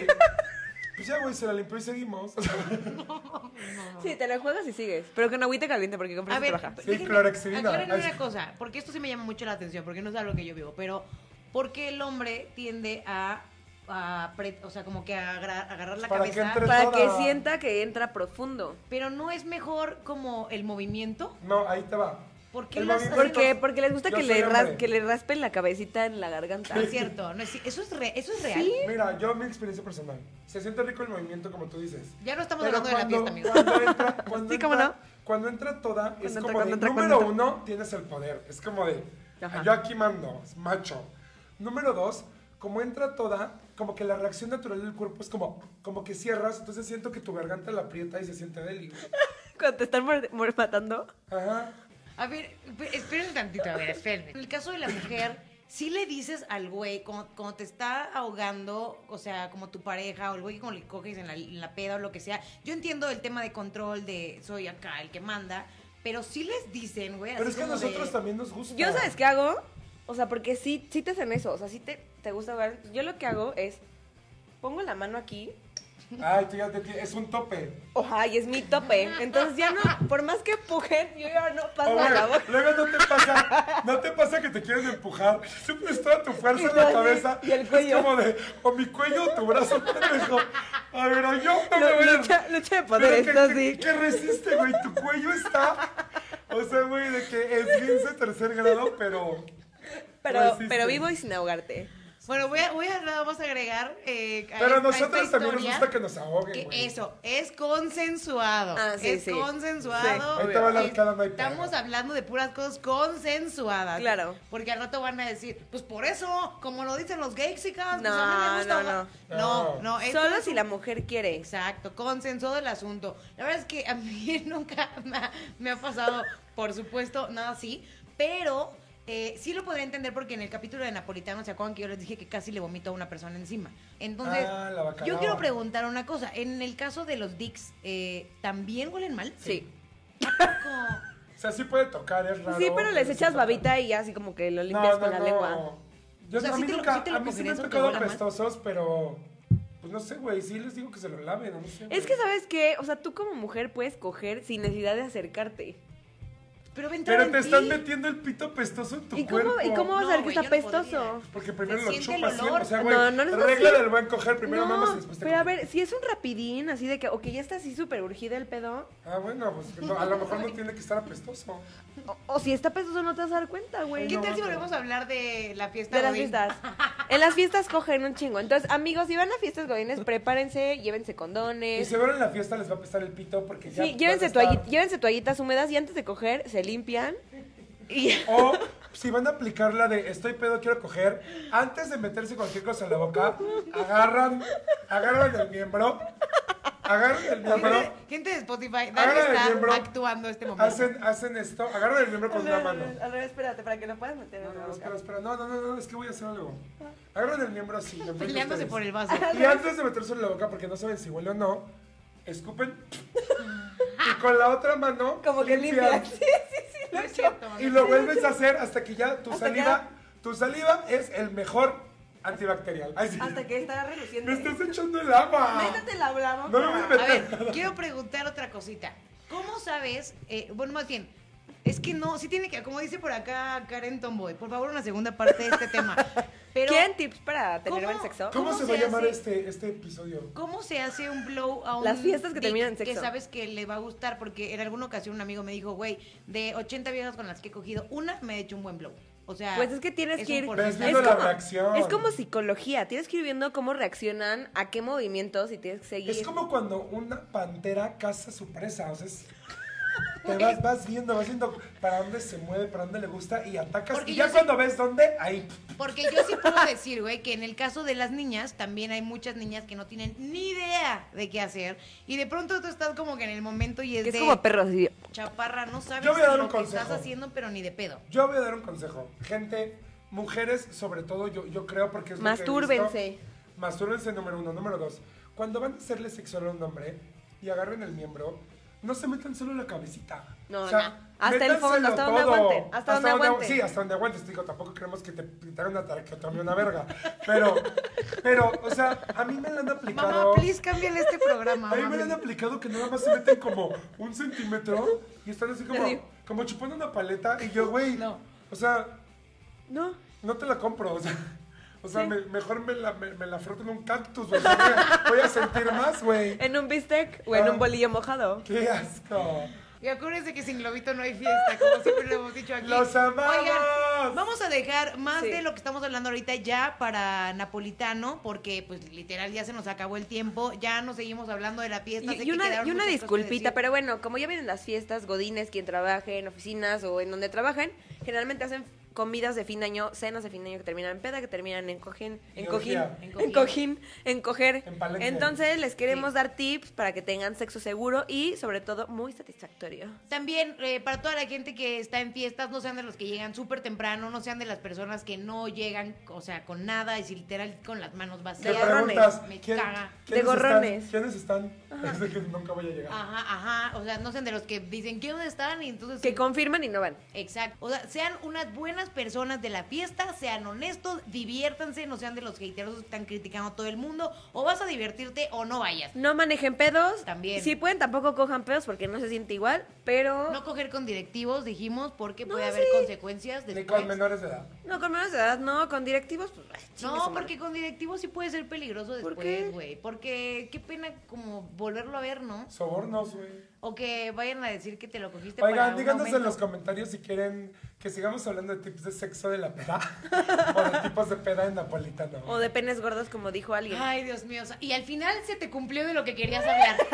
Pues ya, güey, se la limpió y seguimos. [LAUGHS] Sí, te la juegas y sigues. Pero con agüita caliente porque compras Ah. A ver, baja. Sí, clorexidina. aclárenme Ay, una sí. cosa, porque esto sí me llama mucho la atención, porque no es algo que yo vivo, pero ¿por qué el hombre tiende a, a pre- o sea, como que a agra- agarrar la Para que cabeza? entre- Para que Ahora- sienta que entra profundo. Pero no es mejor como el movimiento, no, ahí te va. ¿Por qué El las movimiento- ¿Por hacen? qué? Porque les gusta Yo que soy le, ras- hombre. que le raspen la cabecita en la garganta. No es Ah, cierto, no es, ci- eso, es re- eso es real. Mira, yo mi experiencia personal. Se siente rico el movimiento, como tú dices. Ya no estamos Pero hablando de la fiesta, amigos. cuando [LAUGHS] entra, cuando Sí, entra, ¿cómo no? cuando entra toda, es entra, como cuando de, entra, cuando número entra. uno, tienes el poder. Es como de, Ajá. yo aquí mando, es macho. Número dos, como entra toda, como que la reacción natural del cuerpo es como, como que cierras, entonces siento que tu garganta la aprieta y se siente deli. Cuando te están mor- mor- matando. Ajá. A ver, esp- espérenme tantito, a ver, espérenme. En el caso de la mujer, si le dices al güey, cuando, cuando te está ahogando, o sea, como tu pareja o el güey que como le coges en la, en la peda o lo que sea, yo entiendo el tema de control de soy acá el que manda, pero sí les dicen, güey. Pero así es que a como de- nosotros también nos gusta. Yo, ¿sabes qué hago? O sea, porque sí, sí te hacen eso. O sea, sí te, te gusta ver. Yo lo que hago es. Pongo la mano aquí. Ay, tú ya te ti- es un tope. Ojalá, y es mi tope. Entonces ya no, por más que empujen, yo ya no paso Ah, bueno, la [LAUGHS] boca. luego no te pasa, no te pasa que te quieren empujar, siempre toda tu fuerza en la Y- cabeza y el cuello. Es como de, o mi cuello o tu brazo, pendejo. A ver, yo no me Lu- voy a- lucha, lucha de Oh, Pero poder, que- esto que- sí. que resiste, güey? Tu cuello está. O sea, güey, de que es 15 tercer grado, pero. Pero, resiste. pero vivo y sin ahogarte. Bueno, voy a, voy a, nada más agregar. eh, a Pero a esta- esta nosotros también nos historia gusta que nos ahoguen, que güey. eso es consensuado. Ah, sí, es sí. consensuado. Sí, Ahí te va la Es- arcada, no hay pedo. Estamos hablando de puras cosas consensuadas. Claro. Porque al rato van a decir, pues por eso, como lo dicen los gayxicas, No, pues a mí me gusta. no, ahogar". no. No, No. no, esto Solo es si un- la mujer quiere. Exacto, consensuado el asunto. La verdad es que a mí [LAUGHS] nunca me ha, me ha pasado, por supuesto, nada así, pero eh, sí lo podría entender porque en el capítulo de Napolitano, ¿se acuerdan que yo les dije que casi le vomito a una persona encima? Entonces, Ah, la bacalao. yo quiero preguntar una cosa. En el caso de los dicks, eh, ¿también huelen mal? Sí. Como- O sea, sí puede tocar, es raro. Sí, pero les sí echas toca. babita y ya así como que lo limpias con la lengua. Yo, O sea, a sí mí te lo- nunca, sí te lo a mí sí me han confieso que tocado huela mal. apestosos, pero pues no sé, güey, sí les digo que se lo laven, no sé. Es güey. que, ¿sabes qué? O sea, tú como mujer puedes coger sin necesidad de acercarte. Pero va a entrar Pero en te ti. están metiendo el pito apestoso en tu ¿Y cómo, cuerpo. ¿Y cómo vas No, a ver que güey, está yo no podría. pestoso? Porque primero Se lo siente el chupas, ¿sí? olor. o sea, güey, No, no les va a regla decir. del buen coger, primero mamas y No, después te pero a comes. ver, si es un rapidín, así de que, ok, ya está así súper urgida el pedo, Ah, bueno, pues no, a lo mejor no tiene que estar [LAUGHS] apestoso. o, o si está pestoso no te vas a dar cuenta, güey. ¿Qué No, tal si no. volvemos a hablar de la fiesta De las Godín? fiestas. En las fiestas cogen un chingo. Entonces, amigos, si van a fiestas godines, prepárense, llévense Y condones. seguro en la fiesta les va a apestar el pito porque ya Sí, llévense, van a toalli- estar- llévense toallitas húmedas y antes de coger se limpian. Y O si van a aplicar la de estoy pedo, quiero coger, antes de meterse cualquier cosa en la boca, agarran, agarran el miembro, agarran el miembro, Gente, gente de Spotify, Dani agarran el está miembro, actuando este momento. hacen, hacen esto, agarran el miembro con una mano. espérate, para que lo puedas meter No, no, espera, espera, no, no, no, no, es que voy a hacer algo. Agarran el miembro así. enfrente de Peleándose ustedes. por el vaso. Ah, Y antes de meterse en la boca, porque no saben si huele o no, escupen y con la otra mano Como que limpian. [LAUGHS] Sí, sí, sí, No lo es he hecho. cierto, Y lo vuelves a hacer hasta que ya tu Hasta que saliva, tu saliva es el mejor antibacterial. Ay, sí. Hasta que está Me reluciente. estás echando el agua. Métete la brava. No lo voy a A meter. ver, quiero preguntar otra cosita. ¿Cómo sabes? eh, bueno, más bien, es que no, sí tiene que, como dice por acá Karen Tomboy, por favor, una segunda parte de [LAUGHS] este tema. Pero, ¿Quieren tips para tener ¿Cómo? buen sexo? ¿Cómo, ¿Cómo se, se va a llamar hace? este, este episodio? ¿Cómo se hace un blow a un Las fiestas que dick terminan en Que sexo. sabes que le va a gustar, porque en alguna ocasión un amigo me dijo, güey, de 80 viejas con las que he cogido, una me ha hecho un buen blow. O sea, Pues es que tienes es que un ir porcentaje. Ves viendo la reacción. es como psicología, tienes que ir viendo cómo reaccionan, a qué movimientos y tienes que seguir. Es como cuando una pantera caza su presa. O sea, es- te vas, vas viendo, vas viendo para dónde se mueve, para dónde le gusta y atacas. Porque y yo ya sí- cuando ves dónde, ahí. Porque yo sí puedo decir, güey, que en el caso de las niñas, también hay muchas niñas que no tienen ni idea de qué hacer. Y de pronto tú estás como que en el momento y es, que es de como perros. así. chaparra, no sabes Yo voy a dar lo un que consejo. estás haciendo, pero ni de pedo. Yo voy a dar un consejo. Gente, mujeres sobre todo, yo, yo creo porque es lo que he visto. Mastúrbense. Mastúrbense, número uno. Número dos, cuando van a hacerle sexual a un hombre y agarren el miembro, no se metan solo la cabecita. No, na. Hasta el fondo, métanselo hasta donde todo. aguanten, hasta donde agu- aguanten. Sí, hasta donde aguantes. Digo, tampoco queremos que te pintaran una tarqueotomía una verga. Pero, pero, o sea, a mí me la han aplicado. Mamá, please, cámbiale [LAUGHS] este programa. A mí me mami. lo han aplicado que nada más se meten como un centímetro y están así como, Así. como chupando una paleta y yo, güey, No. o sea, No. no te la compro, o sea, o sea me- mejor me la, me, me la froto en un cactus, güey, o sea, voy Eh. a- voy a sentir más, güey. En un bistec o en Ah. un bolillo mojado. ¡Qué asco! Y acuérdense que sin globito no hay fiesta, como siempre lo hemos dicho aquí. ¡Los amamos! Oigan, vamos a dejar más Sí. de lo que estamos hablando ahorita ya para Napolitano, porque pues literal ya se nos acabó el tiempo, ya no seguimos hablando de la fiesta. Y, sé y que una, quedaron y una muchas cosas que disculpita, decir. pero bueno, como ya vienen las fiestas, godines, quien trabaje en oficinas o en donde trabajen, generalmente hacen comidas de fin de año, cenas de fin de año que terminan en peda, que terminan en cojín, en Y cojín, orgía. En en cojín, en coger. En Palenque. Entonces les queremos Sí. dar tips para que tengan sexo seguro y sobre todo muy satisfactorio. También eh, para toda la gente que está en fiestas, no sean de los que llegan súper temprano, no sean de las personas que no llegan, o sea, con nada y si literal con las manos ¿Qué vacías. De gorrones, preguntas? me ¿Quién- caga. ¿quiénes De gorrones. están? ¿Quiénes están? Es que nunca voy a llegar. Ah, Ajá, ajá, o sea, no sean de los que dicen que dónde están y entonces Que confirman y no van. Exacto. O sea, sean unas buenas personas de la fiesta, sean honestos, diviértanse, no sean de los hateros que están criticando a todo el mundo. O vas a divertirte o no vayas. No manejen pedos. También. Si pueden, tampoco cojan pedos porque no se siente igual, pero... No coger con directivos, dijimos, porque No, puede haber sí. consecuencias Ni después. con menores de edad. No, con menos de edad, no, con directivos, pues, ay, chingue su No, madre. porque con directivos sí puede ser peligroso ¿Por qué? después, güey. Porque qué pena como volverlo a ver, ¿no? Sobornos, güey. O que vayan a decir que te lo cogiste para Oigan, un díganos en aumento. los comentarios si quieren que sigamos hablando de tips de sexo de la peda [LAUGHS] o de tipos de peda en napolitano. O de penes gordos, como dijo alguien. Ay, Dios mío. o sea, Y al final se te cumplió de lo que querías hablar. [LAUGHS]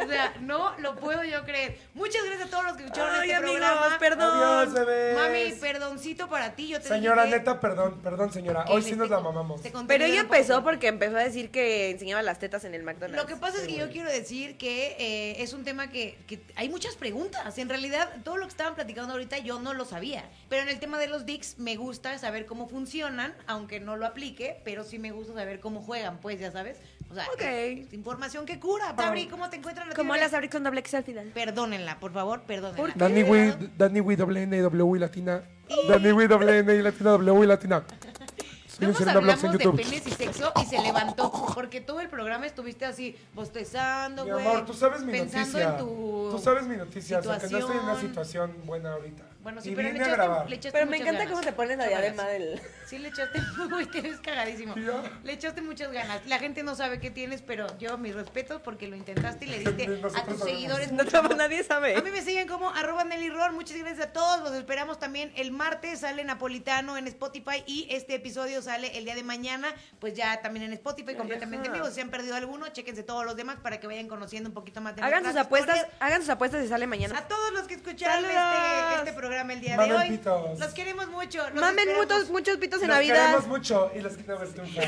O sea, no lo puedo yo creer. Muchas gracias a todos los que escucharon Ay, este amigos, programa. perdón. Adiós, bebés. Mami, perdoncito para ti. Yo te Señora, dije que- neta, perdón, perdón, señora. que Hoy me- sí nos te- la mamamos. te Pero ella contenía un poco. empezó porque empezó a decir que enseñaba las tetas en el McDonald's. Lo que pasa es que yo quiero decir que eh, es un tema que, que hay muchas preguntas. En realidad, todo lo que estaban platicando ahorita yo no lo sabía. Pero en el tema de los dicks me gusta saber cómo funcionan, aunque no lo aplique, pero sí me gusta saber cómo juegan, pues ya sabes. O sea, Ok. es información que cura. Sabri, ¿cómo te encuentran las Como redes? las abrí con doble X al final. Perdónenla, por favor, perdónenla. ¿Por qué? Dani Wee, Dani Wee, doble N, W y latina. Y- Dani Wee, doble N y latina, W y [LAUGHS] latina. No Siguen nos siendo blogs hablamos en de YouTube. penes y sexo y se levantó, porque todo el programa estuviste así, bostezando, Mi güey. amor, tú sabes mi pensando noticia. en tu Tú sabes mi noticia, o sea, que no estoy en una situación. situación buena ahorita. Bueno, sí, y pero vine le a echaste, grabar. le echaste Pero me muchas encanta ganas. cómo te pones la Muchas diadema ganas. del... [LAUGHS] Sí, le echaste, [LAUGHS] uy, te ves cagadísimo. ¿Y yo? Le echaste muchas ganas. La gente no sabe qué tienes, pero yo mis respetos porque lo intentaste y le diste Nosotros a tus sabemos. seguidores No, mucho chavo, amor. nadie sabe. A mí me siguen como arroba Nelly Ror. Muchas gracias a todos. Los esperamos también el martes. Sale Napolitano en Spotify y este episodio sale el día de mañana. Pues ya también en Spotify, completamente en vieja. vivo. Si se han perdido alguno, chéquense todos los demás para que vayan conociendo un poquito más de Hagan sus nuestras apuestas, historias. hagan sus apuestas y sale mañana. A todos los que escucharon este, Saludos. este programa el día Mamen de hoy. pitos. Los queremos mucho. los Mamen esperamos. muchos, muchos pitos en Los Navidad. queremos mucho y los quiero ver [LAUGHS] triunfar.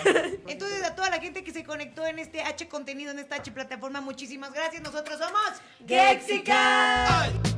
Entonces, a toda la gente que se conectó en este H contenido, en esta H plataforma, muchísimas gracias. Nosotros somos Gexican. Gexican.